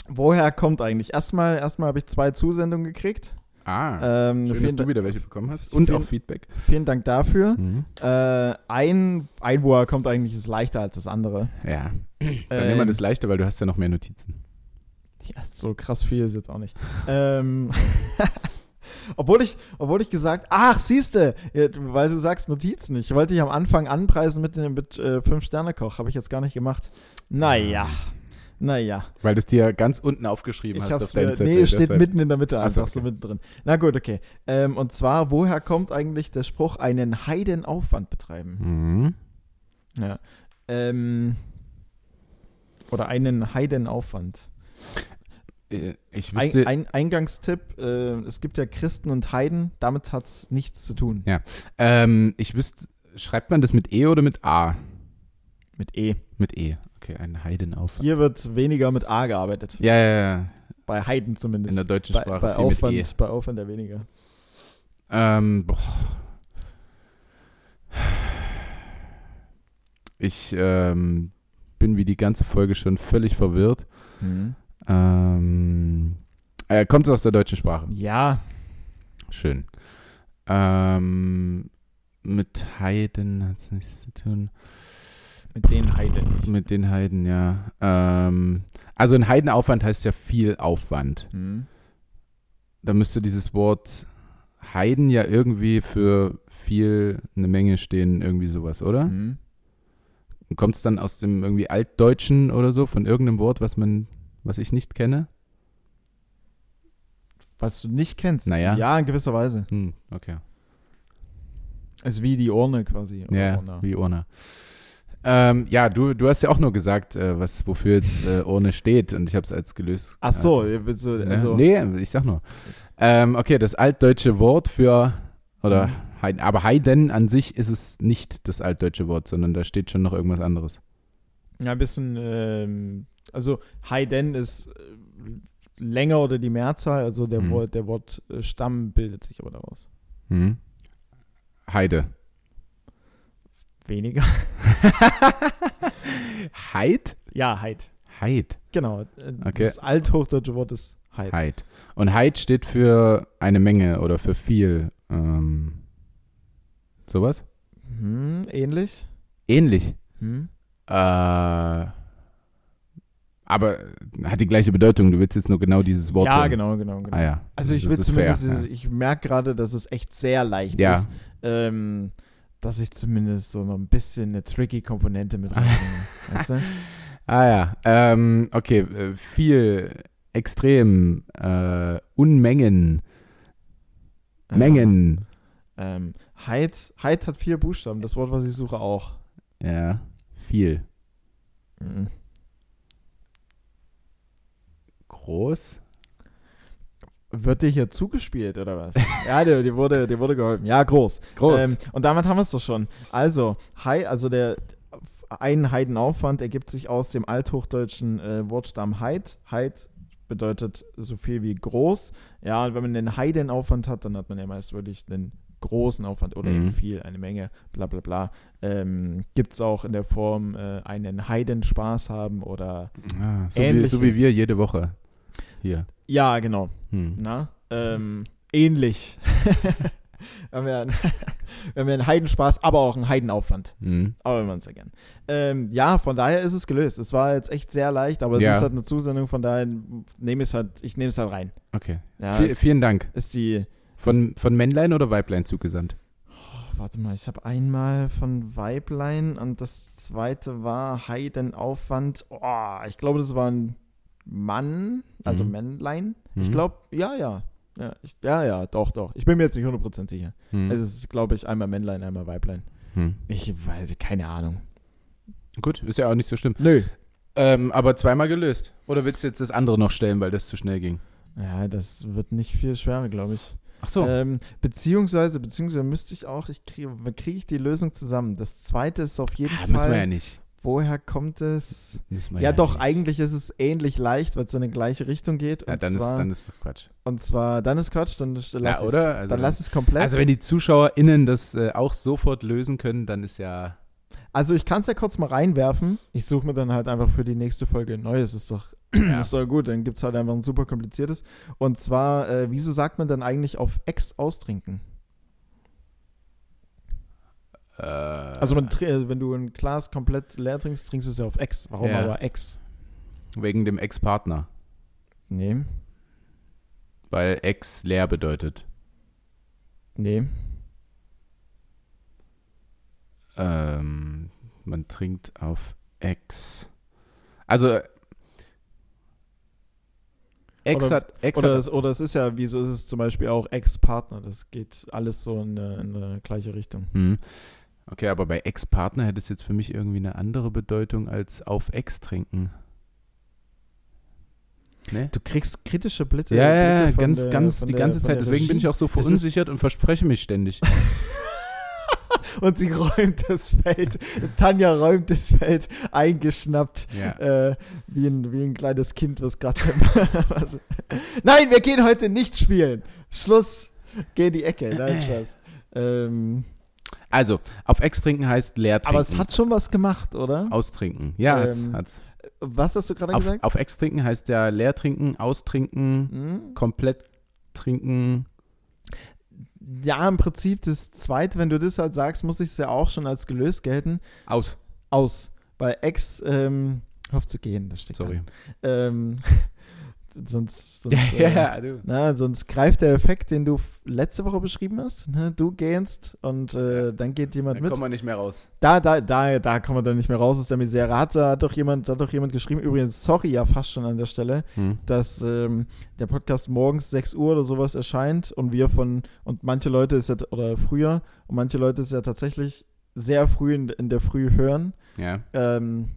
woher kommt eigentlich? Erstmal, erstmal habe ich zwei Zusendungen gekriegt.
Ah,
Ähm,
schön, dass
vielen,
du Hm.
Da-
wieder welche bekommen hast und
vielen-
auch Feedback. Mhm.
vielen Dank dafür. Äh, ein, ein Woher kommt eigentlich ist leichter als das andere.
Ja, dann
Ähm,
nehmen wir das leichter, weil du hast ja noch mehr Notizen.
Ja, so krass viel ist jetzt auch nicht. ähm, obwohl, ich, obwohl ich gesagt, ach, siehste, ja, weil du sagst Notizen. Ich wollte dich am Anfang anpreisen mit, dem- mit äh, Fünf-Sterne-Koch. Habe ich jetzt gar nicht gemacht. Naja,
Ähm,
naja.
Weil du es dir ganz unten aufgeschrieben hast
hab's
auf deinem
mir-
Zettel.
Nee, steht
deshalb-
mitten in der Mitte
Ach so,
einfach so
okay.
mittendrin. Na gut, okay. Ähm, und zwar, woher kommt eigentlich der Spruch, einen Heidenaufwand betreiben?
Mhm.
Ja. Ähm, oder einen Heidenaufwand.
Äh, Ich wüsste,
Ein, ein Eingangstipp, äh, es gibt ja Christen und Heiden, damit hat es nichts zu tun.
ähm, ich wüsste, schreibt man das mit E oder mit A?
Mit E.
Mit E. Okay, ein Heidenaufwand.
Hier wird weniger mit A gearbeitet.
Ja, ja, ja.
Bei Heiden
In
zumindest.
der deutschen
bei,
Sprache
bei,
viel
Aufwand,
mit E.
bei Aufwand ja weniger.
Ähm, boah. Ich ähm, bin wie die ganze Folge schon völlig verwirrt.
Hm.
Ähm, äh, kommt es aus der deutschen Sprache?
Ja,
Schön. Ähm, mit Heiden hat es nichts zu tun.
mit den Heiden nicht.
Mit den Heiden, ja. Ähm, also ein Heidenaufwand heißt ja viel Aufwand.
Mhm.
Da müsste dieses Wort Heiden ja irgendwie für viel eine Menge stehen, irgendwie sowas, oder?
Mhm.
Und kommt es dann aus dem irgendwie Altdeutschen oder so, von irgendeinem Wort, was man, was ich nicht kenne?
Was du nicht kennst.
Naja.
Ja, in gewisser Weise.
Hm, okay.
Also wie die Urne quasi. oder
Ja,
Urna.
wie Urne. Ähm, ja, du, du hast ja auch nur gesagt, äh, was, wofür jetzt äh, Urne steht und ich habe es als gelöst.
Ach so,
also,
willst du,
ne?
also,
Nee, ich sag nur. Ähm, okay, das altdeutsche Wort für,
Mhm.
oder Heiden, aber Heiden an sich ist es nicht das altdeutsche Wort, sondern da steht schon noch irgendwas anderes.
ja, ein bisschen, ähm, also Heiden ist äh, länger oder die Mehrzahl, also der,
Mhm.
Wort, der Wortstamm bildet sich aber daraus.
Hm? Heide.
Weniger.
Heid?
Ja, Heid.
Heid.
Genau. äh,
Okay.
Das althochdeutsche Wort ist Heid.
Heid. Und Heid steht für eine Menge oder für viel. Ähm, sowas?
Hm, ähnlich.
Ähnlich.
Hm.
Äh, aber hat die gleiche Bedeutung. Du willst jetzt nur genau dieses Wort.
Ja,
hören.
genau, genau, genau.
Ah, ja.
Also ich
Das
will
ist
zumindest,
fair, ja.
ich merke gerade, dass es echt sehr leicht
Ja.
ist, ähm, dass ich zumindest so noch ein bisschen eine tricky Komponente mit reinbringe. weißt du?
Ah ja, ähm, okay, äh, viel, extrem, äh, Unmengen, Mengen,
Ja. Ähm, Heid, Heid hat vier Buchstaben, das Wort, was ich suche, auch.
ja, viel,
Mhm.
groß,
Wird dir hier zugespielt, oder was? ja, dir, dir, wurde, dir wurde geholfen. Ja, groß.
groß,
Ähm, und damit haben wir es doch schon. Also, Hai, also der ein Heidenaufwand ergibt sich aus dem althochdeutschen äh, Wortstamm Heid. Heid bedeutet so viel wie groß. Ja, und wenn man den Heidenaufwand hat, dann hat man ja meist wirklich einen großen Aufwand oder
Mhm.
eben viel, eine Menge, bla bla bla. Ähm, Gibt es auch in der Form äh, einen Heidenspaß haben oder.
ah, so, wie, so wie
ähnliches.
wir jede Woche hier.
Ja, genau.
Hm.
Na? Ähm, ähnlich. wir, haben ja einen, wir haben ja einen Heidenspaß, aber auch einen Heidenaufwand.
Hm.
Aber wir machen es ja gern. Ähm, ja, von daher ist es gelöst. Es war jetzt echt sehr leicht, aber es
Ja.
ist halt eine Zusendung, von daher nehme ich es halt, ich nehme es halt rein.
Okay,
Ja,
Vi-
ist,
vielen Dank.
ist die.
Von, von Männlein oder Weiblein zugesandt?
Oh, warte mal, ich habe einmal von Weiblein und das zweite war Heidenaufwand. Oh, ich glaube, das war ein Mann, also
Mhm.
Männlein. Ich
Hm?
glaube, ja, ja. Ja, ich, ja, ja, doch, doch. Ich bin mir jetzt nicht 100% sicher.
Hm.
Es ist, glaube ich, einmal Männlein, einmal Weiblein.
Hm.
Ich weiß, keine Ahnung.
Gut, ist ja auch nicht so schlimm.
Nö.
Ähm, aber zweimal gelöst. Oder willst du jetzt das andere noch stellen, weil das zu schnell ging?
Ja, das wird nicht viel schwerer, glaube ich.
Ach so.
Ähm, beziehungsweise, beziehungsweise müsste ich auch, ich kriege krieg ich die Lösung zusammen. Das zweite ist auf jeden
ah, müssen wir
Fall,
ja nicht.
woher kommt es?
Müssen wir
Ja, doch,
nicht.
eigentlich ist es ähnlich leicht, weil es in eine gleiche Richtung geht.
Ja,
und,
dann, ist,
zwar,
dann ist doch Quatsch.
und zwar, dann ist Quatsch, dann lass es,
oder? Also
dann
dann-
lass es komplett.
Also
Also,
wenn die ZuschauerInnen das äh, auch sofort lösen können, dann ist ja
Also ich kann es ja kurz mal reinwerfen. Ich suche mir dann halt einfach für die nächste Folge ein neues, ist doch,
ja,
ist doch gut. Dann gibt es halt einfach ein super kompliziertes. Und zwar, äh, wieso sagt man dann eigentlich auf Ex austrinken?
äh,
Also man, tr- äh, wenn du ein Glas komplett leer trinkst, trinkst du es ja auf Ex. Warum
Ja.
aber Ex?
wegen dem Ex-Partner,
Nee,
weil Ex leer bedeutet.
nee.
Ähm, man trinkt auf Ex. Also äh, Ex
Oder-
hat Ex
Oder
hat,
es, oder es ist ja, wieso ist es zum Beispiel auch Ex-Partner? Das geht alles so in eine, in eine gleiche Richtung.
hm. Okay, aber bei Ex-Partner hätte es jetzt für mich irgendwie eine andere Bedeutung als auf Ex trinken. Ne?
Du kriegst kritische Blicke.
Ja, ja, ja,
Blicke von
ganz,
der-
ganz,
von
die
der-
ganze
von
Zeit.
der
Deswegen bin ich
Regie.
auch so
ist-
verunsichert und verspreche mich ständig.
Und sie räumt das Feld. Tanja räumt das Feld eingeschnappt.
Ja.
Äh, wie, ein, wie ein kleines Kind, was gerade. was- Nein, wir gehen heute nicht spielen. Schluss. Geh in die Ecke.
Äh.
Nein, Scheiß. Ähm,
Also, auf Ex trinken heißt leer trinken.
aber es hat schon was gemacht, oder?
Austrinken. Ja, hat's,
Ähm,
hat's.
Was hast du gerade
Auf,
gesagt?
auf Ex trinken heißt ja leer trinken, austrinken,
Hm?
komplett trinken.
Ja, im Prinzip das Zweite, wenn du das halt sagst, muss ich es ja auch schon als gelöst gelten.
Aus.
Aus. Bei Ex, ähm, hofft zu gehen, das steht
Sorry.
da. Ähm, sonst, sonst
Ja,
äh,
ja, du.
Na, sonst greift der Effekt, den du f- letzte Woche beschrieben hast. Ne? Du gähnst und äh,
Ja.
dann geht jemand
Dann
mit.
kommt man nicht mehr raus.
Da, da, da, da kommt man dann nicht mehr raus aus der Misere. Hat, da hat doch jemand, da hat doch jemand geschrieben, übrigens, sorry ja fast schon an der Stelle,
Hm.
dass ähm, der Podcast morgens 6 Uhr oder sowas erscheint und wir von, und manche Leute ist ja, t- oder früher, und manche Leute ist ja tatsächlich sehr früh in, in der Früh hören
Hm, Ja.
ähm,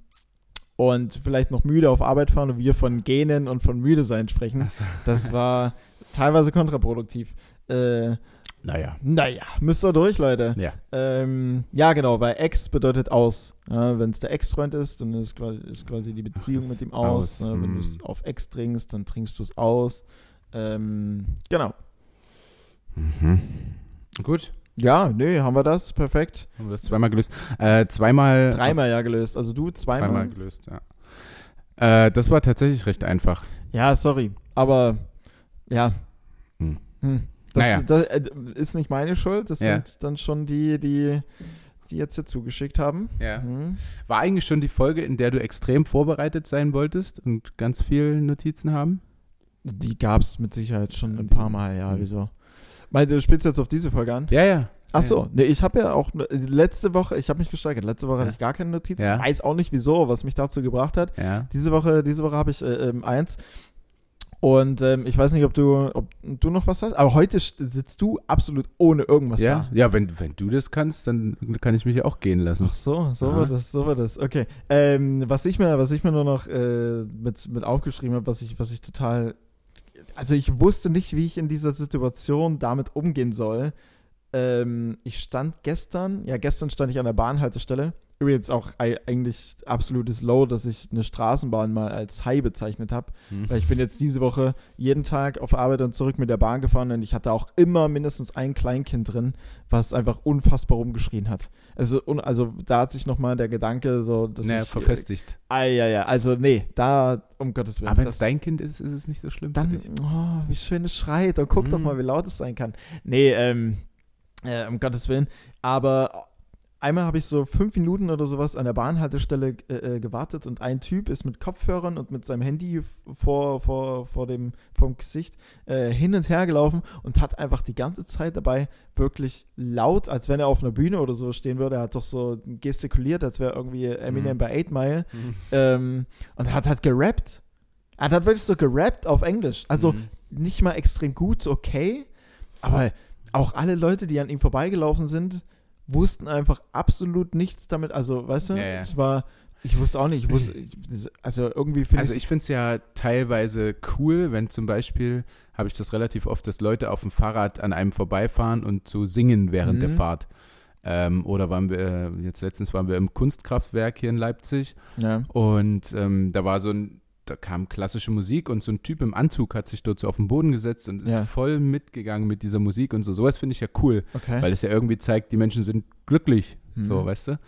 und vielleicht noch müde auf Arbeit fahren und wir von Gähnen und von müde sein sprechen.
Ach so.
Das war teilweise kontraproduktiv. Äh,
Naja.
naja, müsst ihr durch, Leute.
Ja.
Ähm, ja, genau, weil Ex bedeutet aus. Ja, wenn es der Ex-Freund ist, dann ist quasi, ist quasi die Beziehung
Ach, das
mit ihm
ist
aus.
aus,
Ne? Wenn du es
hm.
auf Ex trinkst, dann trinkst du es aus. Ähm, genau.
Mhm. Gut.
Ja, nee, haben wir das. Perfekt.
Haben wir das zweimal gelöst. Äh, zweimal.
Dreimal ja gelöst. Also du zweimal.
Dreimal gelöst, ja. Äh, das war tatsächlich recht einfach.
Ja, sorry. Aber ja.
Hm.
Hm. Das,
Naja.
das äh, ist nicht meine Schuld. Das
Ja.
sind dann schon die, die, die jetzt hier zugeschickt haben.
Ja.
Mhm.
War eigentlich schon die Folge, in der du extrem vorbereitet sein wolltest und ganz viele Notizen haben?
Die gab es mit Sicherheit schon ein
Die-
paar Mal, ja,
Mhm.
wieso? Meinst du, du spielst jetzt auf diese Folge an?
Ja, ja.
Ach so, nee, ich habe ja auch ne- letzte Woche, ich habe mich gesteigert, letzte Woche
Ja.
hatte ich gar keine Notizen,
Ja.
weiß auch nicht wieso, was mich dazu gebracht hat.
Ja.
Diese Woche, diese Woche habe ich äh, ähm, eins und ähm, ich weiß nicht, ob du, ob du noch was hast, aber heute st- sitzt du absolut ohne irgendwas
Ja, ja wenn, wenn du das kannst, dann kann ich mich ja auch gehen
da.
lassen.
Ach so, so
Aha.
war das, so war das. Okay, ähm, was ich mir, was ich mir nur noch äh, mit, mit aufgeschrieben habe, was ich, was ich total also ich wusste nicht, wie ich in dieser Situation damit umgehen soll. Ähm, ich stand gestern, ja, gestern stand ich an der Bahnhaltestelle. Übrigens auch ei- eigentlich absolutes Low, dass ich eine Straßenbahn mal als High bezeichnet habe.
Hm.
Weil ich bin jetzt diese Woche jeden Tag auf Arbeit und zurück mit der Bahn gefahren und ich hatte auch immer mindestens ein Kleinkind drin, was einfach unfassbar rumgeschrien hat. Also, un, also da hat sich nochmal der Gedanke so, dass
naja,
ich...
verfestigt.
Ah, ja, ja, also nee, da, um Gottes Willen.
Aber wenn
das-
es dein Kind ist, ist es nicht so schlimm. für
dann,
dich.
oh, wie schön es schreit. Und guck doch
Mhm.
mal, wie laut es sein kann. Nee, ähm, äh, um Gottes Willen. Aber einmal habe ich so fünf Minuten oder sowas an der Bahnhaltestelle äh, äh, gewartet und ein Typ ist mit Kopfhörern und mit seinem Handy f- vor, vor, vor dem vom Gesicht äh, hin und her gelaufen und hat einfach die ganze Zeit dabei wirklich laut, als wenn er auf einer Bühne oder so stehen würde. Er hat doch so gestikuliert, als wäre irgendwie Eminem
Mhm.
bei Eight Mile.
Mhm.
Ähm, und hat halt gerappt. Er hat wirklich so gerappt auf Englisch. Also
Mhm.
nicht mal extrem gut, so okay. Aber auch alle Leute, die an ihm vorbeigelaufen sind, wussten einfach absolut nichts damit. Also, weißt du,
Ja, ja.
es war. Ich wusste auch nicht, ich wusste, ich, das- also irgendwie finde
also ich finde es ja teilweise cool, wenn zum Beispiel, habe ich das relativ oft, dass Leute auf dem Fahrrad an einem vorbeifahren und so singen während
Mhm.
der Fahrt. Ähm, oder waren wir, äh, jetzt letztens waren wir im Kunstkraftwerk hier in Leipzig
ja.
und ähm, da war so ein, da kam klassische Musik und so ein Typ im Anzug hat sich dort so auf den Boden gesetzt und ist
Ja.
voll mitgegangen mit dieser Musik und so. Sowas finde ich ja cool,
okay.
weil es ja irgendwie zeigt, die Menschen sind glücklich, so,
Mhm.
weißt du?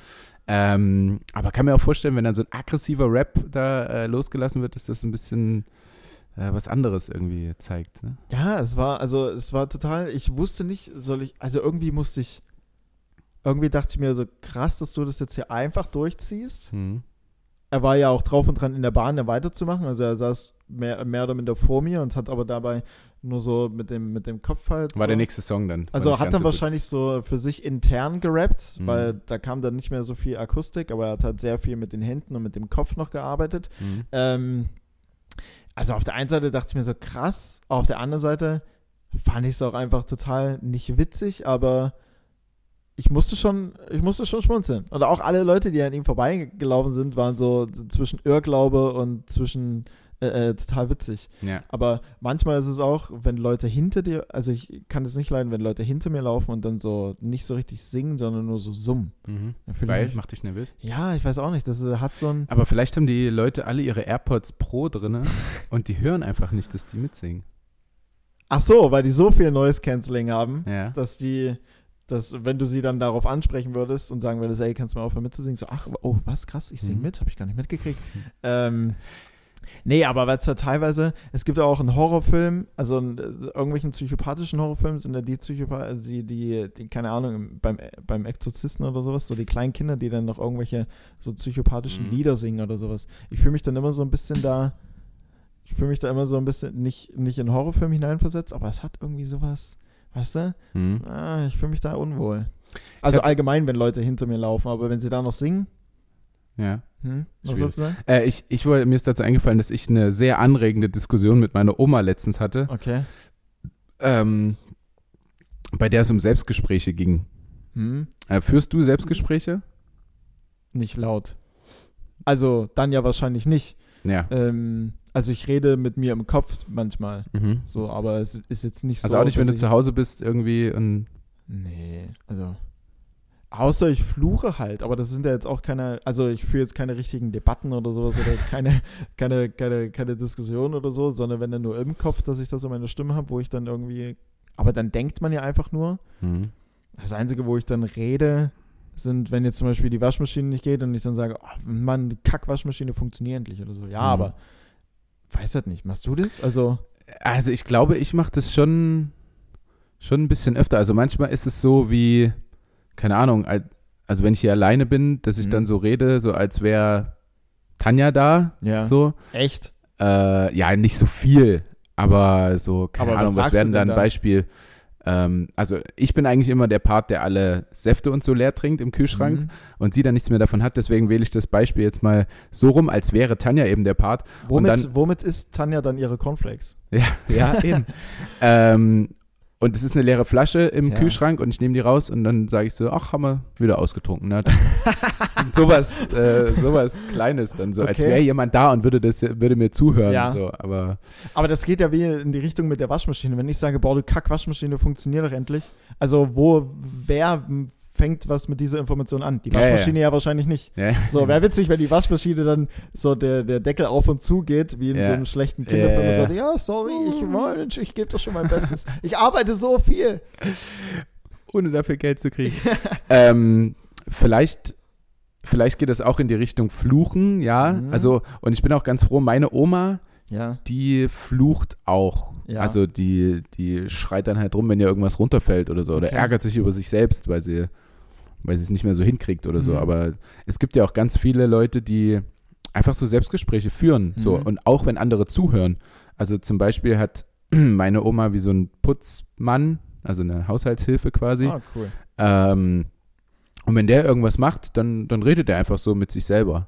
Ähm, aber kann mir auch vorstellen, wenn dann so ein aggressiver Rap da äh, losgelassen wird, dass das ein bisschen äh, was anderes irgendwie zeigt. Ne?
Ja, es war, also es war total, ich wusste nicht, soll ich, also irgendwie musste ich, irgendwie dachte ich mir so, krass, dass du das jetzt hier einfach durchziehst.
Hm.
er war ja auch drauf und dran, in der Bahn dann weiterzumachen. Also er saß mehr, mehr oder minder vor mir und hat aber dabei nur so mit dem, mit dem Kopf halt.
War
so.
der nächste Song dann. War
Also
nicht
hat dann
ganz so gut.
wahrscheinlich so für sich intern gerappt,
Mhm.
weil da kam dann nicht mehr so viel Akustik, aber er hat halt sehr viel mit den Händen und mit dem Kopf noch gearbeitet.
Hm.
Ähm, also auf der einen Seite dachte ich mir so krass, auf der anderen Seite fand ich es auch einfach total nicht witzig, aber ich musste schon, ich musste schon schmunzeln. Und auch alle Leute, die an ihm vorbeigelaufen sind, waren so zwischen Irrglaube und zwischen äh, äh, total witzig.
Ja.
Aber manchmal ist es auch, wenn Leute hinter dir, also ich kann es nicht leiden, wenn Leute hinter mir laufen und dann so nicht so richtig singen, sondern nur so summen.
Mhm.
Dann fühle ich
Weil,
mich-
macht dich nervös.
ja, ich weiß auch nicht. Das äh, hat so ein.
Aber vielleicht haben die Leute alle ihre AirPods Pro drinne und die hören einfach nicht, dass die mitsingen.
Ach so, weil die so viel Noise Cancelling haben,
Ja.
dass die, dass wenn du sie dann darauf ansprechen würdest und sagen würdest, ey, kannst du mal aufhören mitzusingen, so, ach, oh, was krass, ich singe
Mhm. Hm.
mit, habe ich gar nicht mitgekriegt. ähm, nee, aber weil es ja teilweise, es gibt ja auch einen Horrorfilm, also einen, äh, irgendwelchen psychopathischen Horrorfilm sind ja die Psychopathen, also die, die, die, keine Ahnung, im- beim, äh, beim Exorzisten oder sowas, so die kleinen Kinder, die dann noch irgendwelche so psychopathischen
Mhm.
Lieder singen oder sowas. Ich fühle mich dann immer so ein bisschen da. Ich fühle mich da immer so ein bisschen nicht, nicht in Horrorfilm hineinversetzt, aber es hat irgendwie sowas, weißt du?
Mhm.
Ah, ich fühle mich da unwohl. Also
hab-
allgemein, wenn Leute hinter mir laufen, aber wenn sie da noch singen,
Ja.
hm, was
Schwierig.
sollst du sagen?
Äh, ich, ich wollte, mir ist dazu eingefallen, dass ich eine sehr anregende Diskussion mit meiner Oma letztens hatte,
Okay.
ähm, bei der es um Selbstgespräche ging.
Hm,
Äh, führst du Selbstgespräche?
nicht laut. Also dann ja wahrscheinlich nicht.
Ja.
Ähm, also ich rede mit mir im Kopf manchmal.
Mhm.
So, aber es ist jetzt nicht so.
Also auch nicht, wenn du
dass
zu Hause bist irgendwie und
ich- Nee, also. Außer ich fluche halt, aber das sind ja jetzt auch keine, also ich führe jetzt keine richtigen Debatten oder sowas oder keine, keine, keine, keine Diskussion oder so, sondern wenn dann nur im Kopf, dass ich das in meiner Stimme habe, wo ich dann irgendwie, aber dann denkt man ja einfach nur
Mhm.
Das Einzige, wo ich dann rede, sind, wenn jetzt zum Beispiel die Waschmaschine nicht geht und ich dann sage, oh Mann, die Kackwaschmaschine funktioniert endlich oder so. Ja,
Mhm.
aber weiß das nicht. Machst du das? Also,
Also ich glaube, ich mache das schon, schon ein bisschen öfter. Also manchmal ist es so wie, keine Ahnung, al- also wenn ich hier alleine bin, dass ich
Mhm.
dann so rede, so als wäre Tanja da,
ja.
so.
Echt?
Äh, ja, nicht so viel, aber so, keine
Aber was
Ahnung, was,
sagst
wäre
du
denn da
denn dann?
ein Beispiel? Ähm, also ich bin eigentlich immer der Part, der alle Säfte und so leer trinkt im Kühlschrank
Mhm.
und sie dann nichts mehr davon hat. Deswegen wähle ich das Beispiel jetzt mal so rum, als wäre Tanja eben der Part.
Womit,
dann-
womit ist Tanja dann ihre Cornflakes?
Ja, eben. ähm, und es ist eine leere Flasche im
Ja.
Kühlschrank und ich nehme die raus und dann sage ich so, ach, haben wir wieder ausgetrunken. Ne? Und sowas, äh, sowas Kleines dann so, als
Okay.
wäre jemand da und würde, das, würde mir zuhören.
Ja.
So. Aber
Aber das geht ja wie in die Richtung mit der Waschmaschine. Wenn ich sage, boah, du Kackwaschmaschine, funktioniert doch endlich. Also, wo, wer m, fängt was mit dieser Information an? Die
Ja, ja.
Waschmaschine ja, wahrscheinlich nicht.
ja,
So, wäre witzig, wenn die Waschmaschine dann so der, der Deckel auf und zu geht, wie in
Ja.
so einem schlechten Kinderfilm und
Ja, ja.
sagt, ja, sorry, ich, Mensch, ich gebe doch schon mein Bestes. Ich arbeite so viel.
ohne dafür Geld zu kriegen. ähm, vielleicht, vielleicht geht das auch in die Richtung Fluchen, ja.
Mhm.
Also, und ich bin auch ganz froh, meine Oma,
Ja.
die flucht auch.
Ja.
Also die, die schreit dann halt rum, wenn ihr irgendwas runterfällt oder so. Oder
Okay.
ärgert sich über sich selbst, weil sie weil sie es nicht mehr so hinkriegt oder so.
Mhm.
Aber es gibt ja auch ganz viele Leute, die einfach so Selbstgespräche führen. So.
Mhm.
Und auch wenn andere zuhören. Also zum Beispiel hat meine Oma wie so ein Putzmann, also eine Haushaltshilfe quasi.
Ah, cool.
Ähm, und wenn der irgendwas macht, dann, dann redet er einfach so mit sich selber.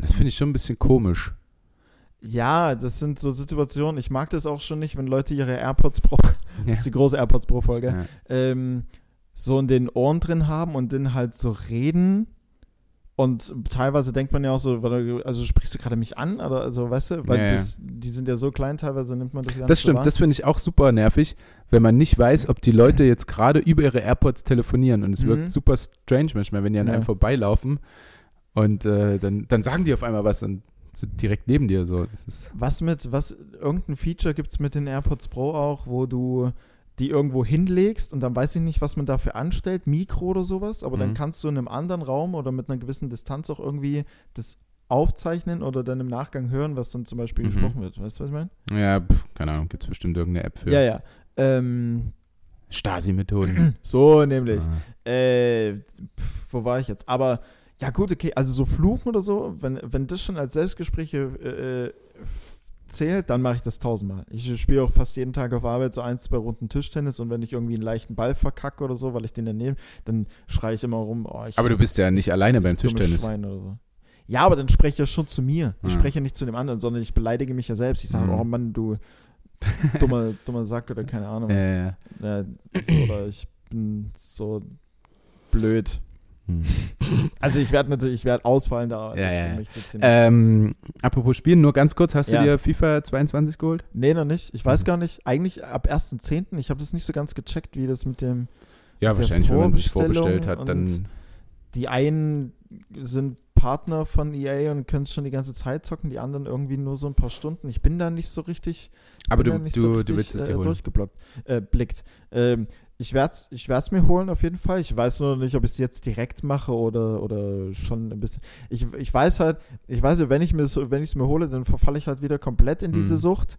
Das finde ich schon ein bisschen komisch.
Ja, das sind so Situationen, ich mag das auch schon nicht, wenn Leute ihre AirPods Pro, das ist die große AirPods Pro-Folge,
Ja.
ähm, so in den Ohren drin haben und dann halt so reden. Und teilweise denkt man ja auch so, weil- also sprichst du gerade mich an? Oder, also, weißt du, weil
Ja, ja.
Das, die sind ja so klein, teilweise nimmt man das ja nicht
Das
so wahr.
stimmt, das finde ich auch super nervig, wenn man nicht weiß, ob die Leute jetzt gerade über ihre AirPods telefonieren. Und es
Mhm.
wirkt super strange manchmal, wenn die an
Ja.
einem vorbeilaufen und äh, dann, dann sagen die auf einmal was und sind direkt neben dir. So. Das ist,
Was mit, was, irgendein Feature gibt es mit den AirPods Pro auch, wo du die irgendwo hinlegst und dann weiß ich nicht, was man dafür anstellt, Mikro oder sowas, aber dann
Mhm.
kannst du in einem anderen Raum oder mit einer gewissen Distanz auch irgendwie das aufzeichnen oder dann im Nachgang hören, was dann zum Beispiel
Mhm.
gesprochen wird. Weißt du, was ich meine?
ja, pf, keine Ahnung, gibt es bestimmt irgendeine App für
Ja, ja. Ähm,
Stasi-Methoden.
so nämlich.
Ah.
Äh, pf, wo war ich jetzt? Aber ja, gut, okay, also so Fluchen oder so, wenn, wenn das schon als Selbstgespräche äh, zählt, dann mache ich das tausendmal. Ich spiele auch fast jeden Tag auf Arbeit so ein, zwei Runden Tischtennis und wenn ich irgendwie einen leichten Ball verkacke oder so, weil ich den daneben, dann schreie ich immer rum. Oh, ich,
Aber du bist ja nicht alleine
ich
beim
dummes
Tischtennis.
Schwein Oder so. Ja, aber dann spreche ich ja schon zu mir. Ich
Ja.
spreche nicht zu dem anderen, sondern ich beleidige mich ja selbst. Ich sage,
Mhm.
oh Mann, du dummer, dummer Sack oder keine Ahnung was.
Äh,
Äh, oder ich bin so blöd.
Hm.
Also ich werde natürlich, ich werde ausfallen da. das
Ja,
ist
ja,
für
ja.
mich ein bisschen-
Ähm, apropos Spielen, nur ganz kurz, hast
Ja.
du dir FIFA 22 geholt?
nee, noch nicht. Ich
mhm.
weiß gar nicht. Eigentlich ab 1.10. Ich habe das nicht so ganz gecheckt, wie das mit dem.
Ja,
Der
wahrscheinlich, wenn man sich
Vorbestellung
vorbestellt hat,
und-
dann
Die einen sind Partner von EA und können schon die ganze Zeit zocken, die anderen irgendwie nur so ein paar Stunden. Ich bin da nicht so richtig.
Aber
bin
du,
da
du,
nicht so
du
richtig,
willst es
äh,
dir holen.
durchgeblockt, äh, blickt. Ähm, ich werde es ich werd's mir holen auf jeden Fall. Ich weiß nur noch nicht, ob ich es jetzt direkt mache oder, oder schon ein bisschen. Ich, ich weiß halt, ich weiß, ja, wenn ich mir so, wenn ich es mir hole, dann verfalle ich halt wieder komplett in diese
Mhm.
Sucht.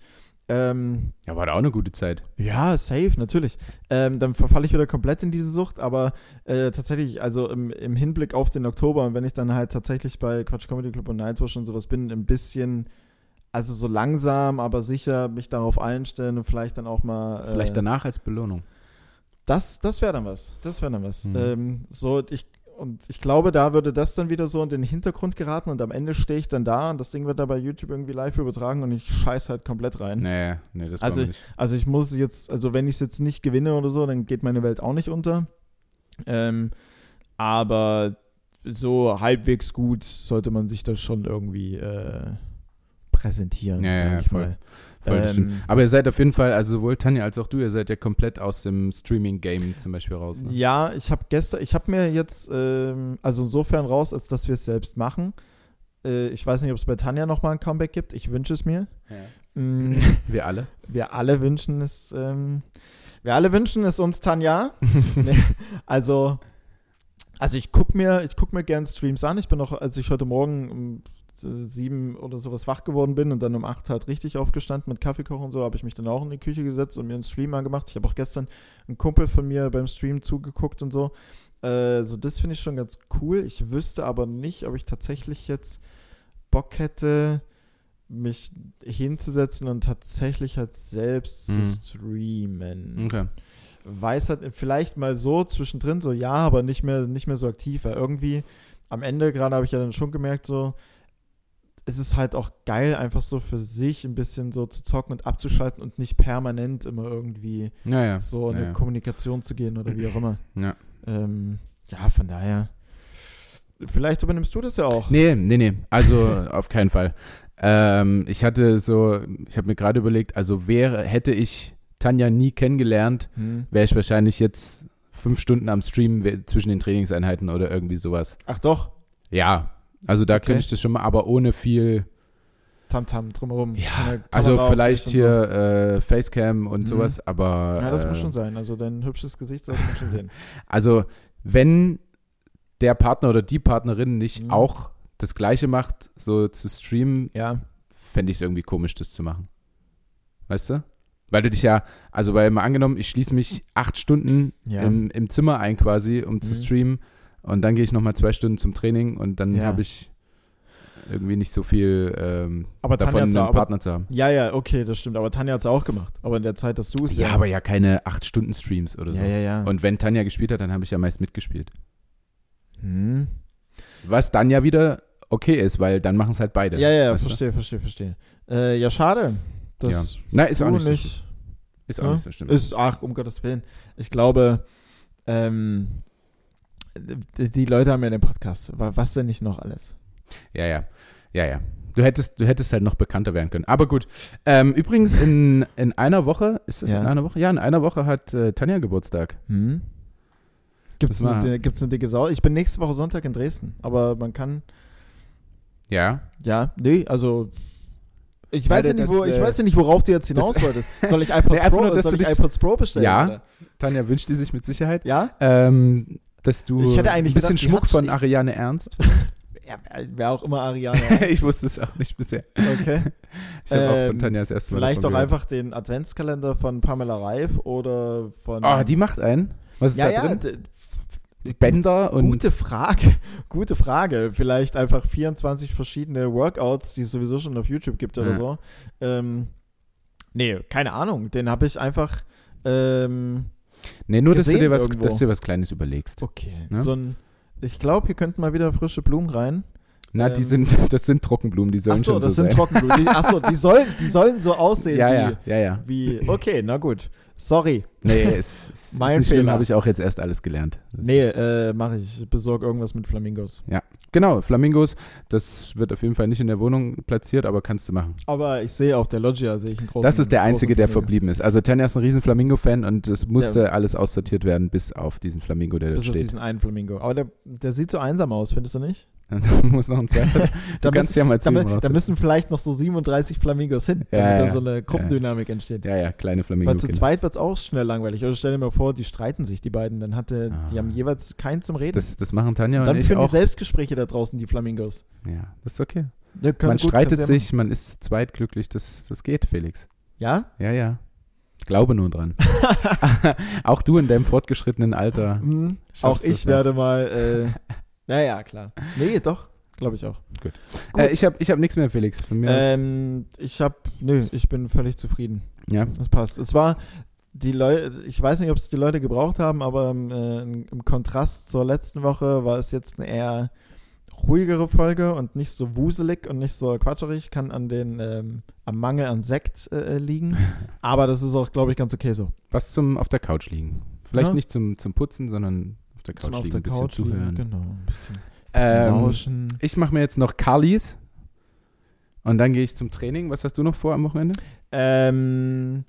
Ähm,
Ja, war da auch eine gute Zeit.
ja, safe, natürlich. Ähm, dann verfalle ich wieder komplett in diese Sucht, aber äh, tatsächlich, also im, im Hinblick auf den Oktober und wenn ich dann halt tatsächlich bei Quatsch Comedy Club und Nightwish und sowas bin, ein bisschen, also so langsam, aber sicher mich darauf einstellen und vielleicht dann auch mal. Äh,
Vielleicht danach als Belohnung.
Das, das wäre dann was. Das wäre dann was.
Mhm.
Ähm, so, ich, und ich glaube, da würde das dann wieder so in den Hintergrund geraten und am Ende stehe ich dann da und das Ding wird da bei YouTube irgendwie live übertragen und ich scheiß halt komplett rein.
Nee, nee, das
Also
war nicht.
Also ich muss jetzt, also wenn ich es jetzt nicht gewinne oder so, dann geht meine Welt auch nicht unter. Ähm, aber so halbwegs gut sollte man sich das schon irgendwie äh, präsentieren,
Ja,
sag
ja,
ich
voll.
mal.
Voll, das
ähm,
stimmt. Aber ihr seid auf jeden Fall, also sowohl Tanja als auch du, ihr seid ja komplett aus dem Streaming-Game zum Beispiel raus. Ne?
Ja, ich habe gestern, ich habe mir jetzt, ähm, also insofern raus, als dass wir es selbst machen. Äh, ich weiß nicht, ob es bei Tanja nochmal ein Comeback gibt. Ich wünsche es mir. Mm,
Wir alle.
wir alle wünschen es, ähm, wir alle wünschen es uns, Tanja. Nee, also, also ich gucke mir, ich guck mir gern Streams an. Ich bin noch, als ich heute Morgen um äh, sieben oder sowas wach geworden bin und dann um acht halt richtig aufgestanden mit Kaffee kochen und so, habe ich mich dann auch in die Küche gesetzt und mir einen Stream angemacht. Ich habe auch gestern einen Kumpel von mir beim Stream zugeguckt und so. Äh, so, das finde ich schon ganz cool. Ich wüsste aber nicht, ob ich tatsächlich jetzt Bock hätte, mich hinzusetzen und tatsächlich halt selbst
Mhm.
zu streamen
Okay.
weiß halt vielleicht mal so zwischendrin so ja, aber nicht mehr nicht mehr so aktiv, weil irgendwie am Ende gerade habe ich ja dann schon gemerkt so es ist halt auch geil einfach so für sich ein bisschen so zu zocken und abzuschalten und nicht permanent immer irgendwie
Naja.
so in
ja,
eine
ja.
Kommunikation zu gehen oder wie auch immer.
Ja.
Ähm, ja, von daher vielleicht übernimmst du das ja auch.
Nee, nee, nee. Also auf keinen Fall. Ähm, ich hatte so, ich habe mir gerade überlegt, also wäre, hätte ich Tanja nie kennengelernt,
Hm.
wäre ich wahrscheinlich jetzt fünf Stunden am Stream we- zwischen den Trainingseinheiten oder irgendwie sowas.
Ach doch,
Ja. Also da
Okay.
könnte ich das schon mal, aber ohne viel.
Tamtam drumherum.
Ja,
Eine
also
Kamera auf
vielleicht
dich und so.
hier äh, Facecam und
Mhm.
sowas, aber
Ja, das
äh,
muss schon sein. Also dein hübsches Gesicht sollte man schon sehen.
also wenn der Partner oder die Partnerin nicht
Mhm.
auch das gleiche macht, so zu streamen,
Ja.
fände ich es irgendwie komisch, das zu machen. Weißt du? Weil du dich ja, also weil mal angenommen, ich schließe mich acht Stunden
Ja.
im, im Zimmer ein quasi, um zu
Mhm.
streamen und dann gehe ich nochmal zwei Stunden zum Training und dann
Ja.
habe ich irgendwie nicht so viel ähm,
Aber
davon,
Tanja
einen
hat's auch- aber
Partner zu haben.
Ja, ja, okay, das stimmt. Aber Tanja hat es auch gemacht. Aber in der Zeit, dass du es
Ja, aber ja keine acht Stunden Streams oder so.
ja, ja, ja.
Und wenn Tanja gespielt hat, dann habe ich ja meist mitgespielt.
hm.
Was dann ja wieder okay ist, weil dann machen es halt beide.
ja, ja, ja,
weißt du?
verstehe, verstehe, verstehe. Äh, ja, schade. Das
ja. Na, ist
du
auch nicht,
nicht.
so schlimm. ist auch
ne?
nicht so schlimm.
Ist, ach, um Gottes Willen. Ich glaube, ähm, d- die Leute haben ja den Podcast. Wa- Was denn nicht noch alles?
Ja, ja. Ja, ja. Du hättest, du hättest halt noch bekannter werden können. Aber gut. Ähm, übrigens, in, in einer Woche, ist das
Ja.
in einer Woche? Ja, in einer Woche hat äh, Tanja Geburtstag.
Hm? Gibt es
Das war-
eine, gibt's eine dicke Sau? Ich bin nächste Woche Sonntag in Dresden. Aber man kann,
Ja.
ja, nee, also. Ich weiß,
Alter,
ja nicht,
das,
wo, ich
äh,
weiß ja nicht, worauf du jetzt hinaus wolltest. Soll ich iPods,
Nee, einfach
Pro,
nur, dass
soll
du
ich
dich-
iPods Pro bestellen?
Ja.
Oder?
Tanja wünscht die sich mit Sicherheit,
Ja?
ähm, dass du
Ich hätte eigentlich
ein bisschen
gedacht, die
Schmuck
hat's
von
nicht.
Ariane Ernst.
Ja, wer auch immer Ariana.
ich wusste es auch nicht bisher.
Okay.
Ich habe auch
Ähm,
von Tanja das erste Mal
Vielleicht
davon
auch
gehört.
einfach den Adventskalender von Pamela Reif oder von.
Ah, die macht einen. Was ist
ja,
da
ja,
drin?
d-
Bänder und
Gute Frage. Gute Frage. Vielleicht einfach 24 verschiedene Workouts, die es sowieso schon auf YouTube gibt oder
Ja.
so. Ähm, nee, keine Ahnung. Den habe ich einfach. Ähm,
Nee, nur, dass du,
gesehen
dir was,
irgendwo.
dass du dir was Kleines überlegst.
okay.
Ne?
So ein. Ich glaube, hier könnten mal wieder frische Blumen rein.
Na, die
ähm,
sind, das sind Trockenblumen, die sollen
Achso,
schon
das
so
sind
sein.
Trockenblumen. Die- Achso, die sollen, die sollen so aussehen
ja,
wie,
ja, ja, ja.
Wie, okay, na gut. Sorry.
Nee, es, es ist
Mein
nicht schlimm,
Fehler.
habe ich auch jetzt erst alles gelernt. Das
Nee, äh, mach ich. Ich besorge irgendwas mit Flamingos.
Genau, Flamingos, das wird auf jeden Fall nicht in der Wohnung platziert, aber kannst du machen.
Aber ich sehe auf der Loggia, sehe ich einen großen
das ist der einzige,
großen
der
Flamingo.
verblieben ist. Also Tanja ist ein riesen Flamingo-Fan und es musste alles aussortiert werden, bis auf diesen Flamingo, der da
Bis auf
steht.
diesen einen Flamingo. Aber der, der sieht so einsam aus, findest du nicht?
Da muss noch ein zweiter.
Da,
Du kannst ja mal zu
da,
ihm
mü-
raus.
da müssen vielleicht noch so 37 Flamingos hin, damit
Ja, ja,
da so eine Gruppendynamik entsteht.
Ja, ja, kleine Flamingo.
Weil zu zweit wird es auch schnell langweilig. Oder stell dir mal vor, die streiten sich, die beiden. Dann hat der, die
Ah.
haben jeweils keinen zum Reden.
Das, das machen Tanja und
dann
ich
führen die
auch.
Selbstgespräche da draußen, die Flamingos.
Ja, das ist okay.
Ja, können-
man
gut,
streitet
kannst du ja
sich, man ist zu zweit glücklich, das, das geht, Felix.
machen. Ja?
Ja, ja. Glaube nur dran. auch du in deinem fortgeschrittenen Alter.
Mhm.
Schaffst ne?
Auch
das
ich
noch.
werde mal. Äh, naja, klar. Nee, doch. Glaube ich auch. Gut.
Äh, ich habe ich hab nichts mehr, Felix. Von mir aus-
Ähm, ich habe, nö, ich bin völlig zufrieden.
ja.
Das passt. Es war die Leute, ich weiß nicht, ob es die Leute gebraucht haben, aber ähm, äh, im Kontrast zur letzten Woche war es jetzt eine eher ruhigere Folge und nicht so wuselig und nicht so quatscherig. Kann an den ähm, am Mangel an Sekt äh, äh, liegen, aber das ist auch, glaube ich, ganz okay so.
Was zum auf der Couch liegen. Vielleicht
Ja.
nicht zum, zum Putzen, sondern auf der Couch
Zum auf
liegen,
der
ein bisschen
Couch liegen,
zuhören.
Genau, ein bisschen, bisschen
ähm,
lauschen.
ich mache mir jetzt noch Kalis und dann gehe ich zum Training. Was hast du noch vor am Wochenende?
Ähm,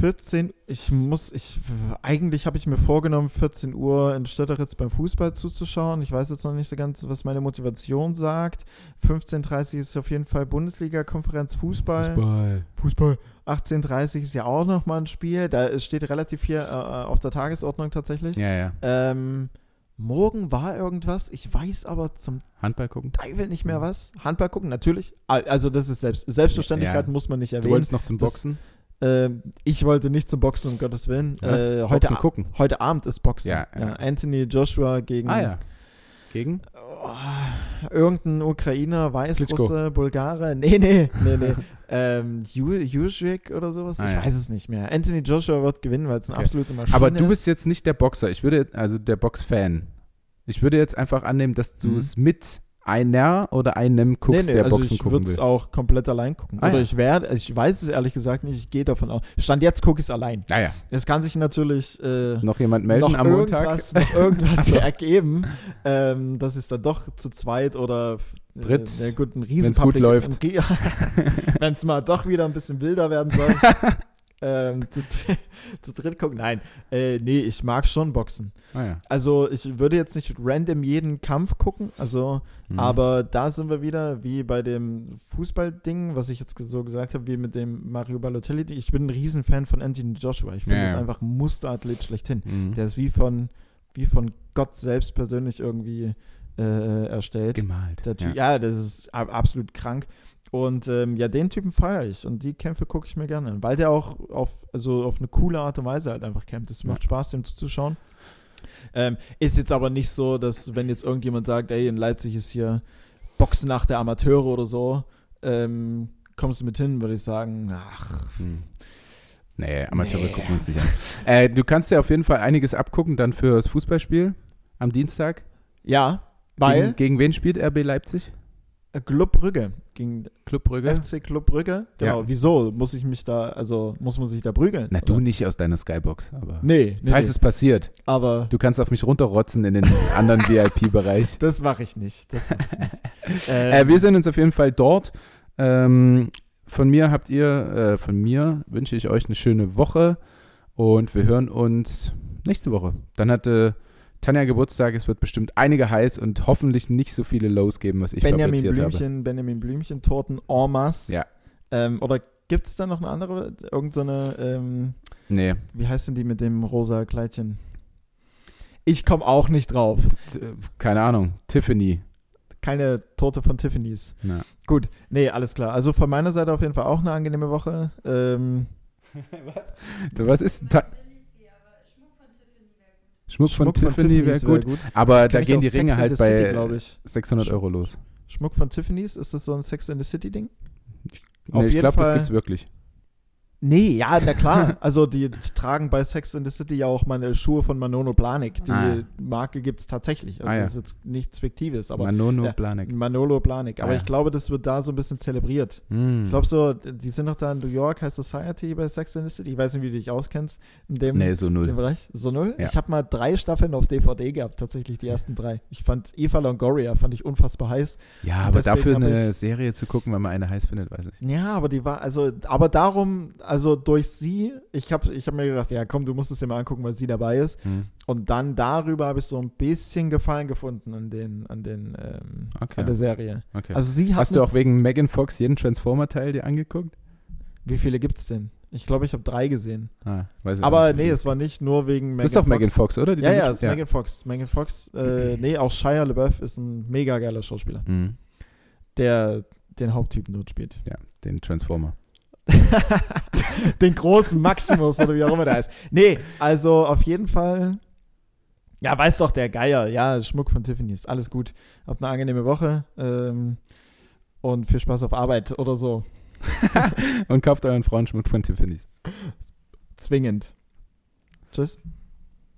14, ich muss, ich, eigentlich habe ich mir vorgenommen, 14 Uhr in Stötteritz beim Fußball zuzuschauen. Ich weiß jetzt noch nicht so ganz, was meine Motivation sagt. 15.30 ist auf jeden Fall Bundesliga-Konferenz Fußball.
Fußball.
Fußball. 18.30 ist ja auch nochmal ein Spiel. Da es steht relativ viel äh, auf der Tagesordnung tatsächlich.
Ja, ja.
Ähm, morgen war irgendwas, ich weiß aber zum
Handball gucken.
Teufel nicht
Hm.
mehr was. Handball gucken, natürlich. Al- Also das ist selbst Selbstverständlichkeit,
Ja.
muss man nicht
Du
erwähnen.
wolltest noch zum
das-
Boxen?
Ähm, ich wollte nicht zum Boxen, um Gottes Willen. Äh, heute,
Boxen
Ab-
gucken.
heute Abend ist Boxen.
Ja, ja.
Anthony Joshua gegen
Ah ja. Gegen?
oh, irgendeinen Ukrainer, Weißrusse,
Klitschko.
Bulgare. Nee, nee, nee, nee. ähm, Ju- Juszczyk oder sowas?
Ah,
ich
ja.
weiß es nicht mehr. Anthony Joshua wird gewinnen, weil es eine
Okay.
absolute Maschine
Aber du
ist.
bist jetzt nicht der Boxer. Ich würde, also der Boxfan. Ich würde jetzt einfach annehmen, dass du
Mhm.
es mit einer oder einem guckst, der
also
Boxen
ich
gucken
würde es
will.
auch komplett allein gucken.
Ah,
Oder
ja.
ich werde, ich weiß es ehrlich gesagt nicht, ich gehe davon aus. Stand jetzt gucke ich es allein.
Naja,
Es kann sich natürlich äh,
Ah noch jemand melden
noch
am Montag?
irgendwas, noch irgendwas hier ergeben, ähm, dass es dann doch zu zweit oder äh,
Dritt,
na gut, ein
wenn's gut läuft.
Wenn es mal doch wieder ein bisschen wilder werden soll. ähm, zu, dr- zu dritt gucken. Nein, äh, nee, ich mag schon Boxen.
Ah, ja.
Also ich würde jetzt nicht random jeden Kampf gucken. Also
Mhm.
aber da sind wir wieder wie bei dem Fußballding, was ich jetzt ge- so gesagt habe, wie mit dem Mario Balotelli. Ich bin ein Riesenfan von Anthony Joshua. Ich finde
Ja,
es
ja.
einfach ein Musterathlet schlechthin.
Mhm.
Der ist wie von, wie von Gott selbst persönlich irgendwie äh, erstellt.
gemalt.
Der typ, ja. das ist ab- absolut krank. Und ähm, ja, den Typen feiere ich und die Kämpfe gucke ich mir gerne an, weil der auch auf, also auf eine coole Art und Weise halt einfach kämpft. Es
Ja.
macht Spaß, dem zuzuschauen. Ähm, ist jetzt aber nicht so, dass wenn jetzt irgendjemand sagt, ey, in Leipzig ist hier Boxnacht der Amateure oder so, ähm, kommst du mit hin, würde ich sagen, ach,
Hm. Nee, Amateure
Nee.
gucken uns nicht an. Äh, du kannst ja auf jeden Fall einiges abgucken dann fürs Fußballspiel am Dienstag.
ja, weil
Gegen, gegen wen spielt RB Leipzig?
äh, Club Brügge gegen
Club Brügge?
FC Club Brügge, genau,
Ja.
wieso muss ich mich da, also muss man sich da prügeln?
Na, du
oder?
nicht aus deiner Skybox, aber.
Nee, nee,
Falls
nee.
es passiert,
aber
du kannst auf mich runterrotzen in den anderen VIP-Bereich.
Das mache ich nicht. Das mache ich nicht.
Äh,
Ähm,
wir sehen uns auf jeden Fall dort. Ähm, von mir habt ihr, äh, von mir wünsche ich euch eine schöne Woche und wir hören uns nächste Woche. Dann hatte Tanja Geburtstag, es wird bestimmt einige heiß und hoffentlich nicht so viele Lows geben, was ich
Benjamin
fabriziert habe.
Blümchen, Benjamin Blümchen, Torten, Ormas.
Ja.
Ähm, oder gibt es da noch eine andere? Irgend so eine, ähm,
Nee,
wie heißt denn die mit dem rosa Kleidchen? Ich komme auch nicht drauf.
t- äh, keine Ahnung. Tiffany.
Keine Torte von Tiffany's.
Na.
Gut, nee, alles klar. Also von meiner Seite auf jeden Fall auch eine angenehme Woche. Ähm,
So, was ist ein Ta Schmuck von Tiffany wäre gut.
gut.
Aber
Das kenn
da
ich
gehen
aus
die
Sex
Ringe
and
halt
the City,
bei
glaub ich.
600 Euro los.
Schmuck von Tiffany's, ist das so ein Sex in the City Ding?
Nee, ich
jeden
glaube, das
Fall-
gibt's wirklich.
Nee, ja, na klar. Also die tragen bei Sex in the City ja auch meine Schuhe von Manono Blanik. Die
Ah, ja.
Marke gibt es tatsächlich. Also
Ah, ja.
das ist jetzt nichts Fiktives, aber
Manono
ja,
Blanek.
Manolo Blanik. Aber
Ah, ja.
ich glaube, das wird da so ein bisschen zelebriert.
Hm.
Ich glaube so, die sind doch da in New York, High Society bei Sex in the City. Ich weiß nicht, wie du dich auskennst. In dem,
nee, so
dem
null.
Bereich. So null?
Ja.
Ich habe mal drei Staffeln auf DVD gehabt, tatsächlich die ersten drei. Ich fand Eva Longoria, fand ich unfassbar heiß.
Ja, aber
deswegen
dafür
hab
eine Serie zu gucken, wenn man eine heiß findet, weiß ich.
Ja, aber die war, also, aber darum, also durch sie, ich habe ich hab mir gedacht, ja komm, du musst es dir mal angucken, weil sie dabei ist.
Hm.
Und dann darüber habe ich so ein bisschen Gefallen gefunden an den, an den, ähm,
Okay.
an der Serie.
okay.
Also sie hat,
Hast du auch wegen Megan Fox jeden Transformer-Teil dir angeguckt?
wie viele gibt's denn? Ich glaube, ich habe drei gesehen.
Ah, weiß ich
Aber
auch nicht.
nee, es war nicht nur wegen
Das ist doch Megan Fox, oder? Die
Ja,
damit-
ja, es ist Megan Fox. Megan Fox, äh, nee, auch Shia LaBeouf ist ein mega geiler Schauspieler,
Hm.
der den Haupttypen dort spielt.
Ja, den Transformer.
den großen Maximus oder wie auch immer der heißt. Nee, also auf jeden Fall. Ja, weiß doch der Geier. Ja, Schmuck von Tiffany's. Alles gut. Habt eine angenehme Woche ähm, und viel Spaß auf Arbeit oder so.
Und kauft euren Frauenschmuck von Tiffany's.
Zwingend. Tschüss.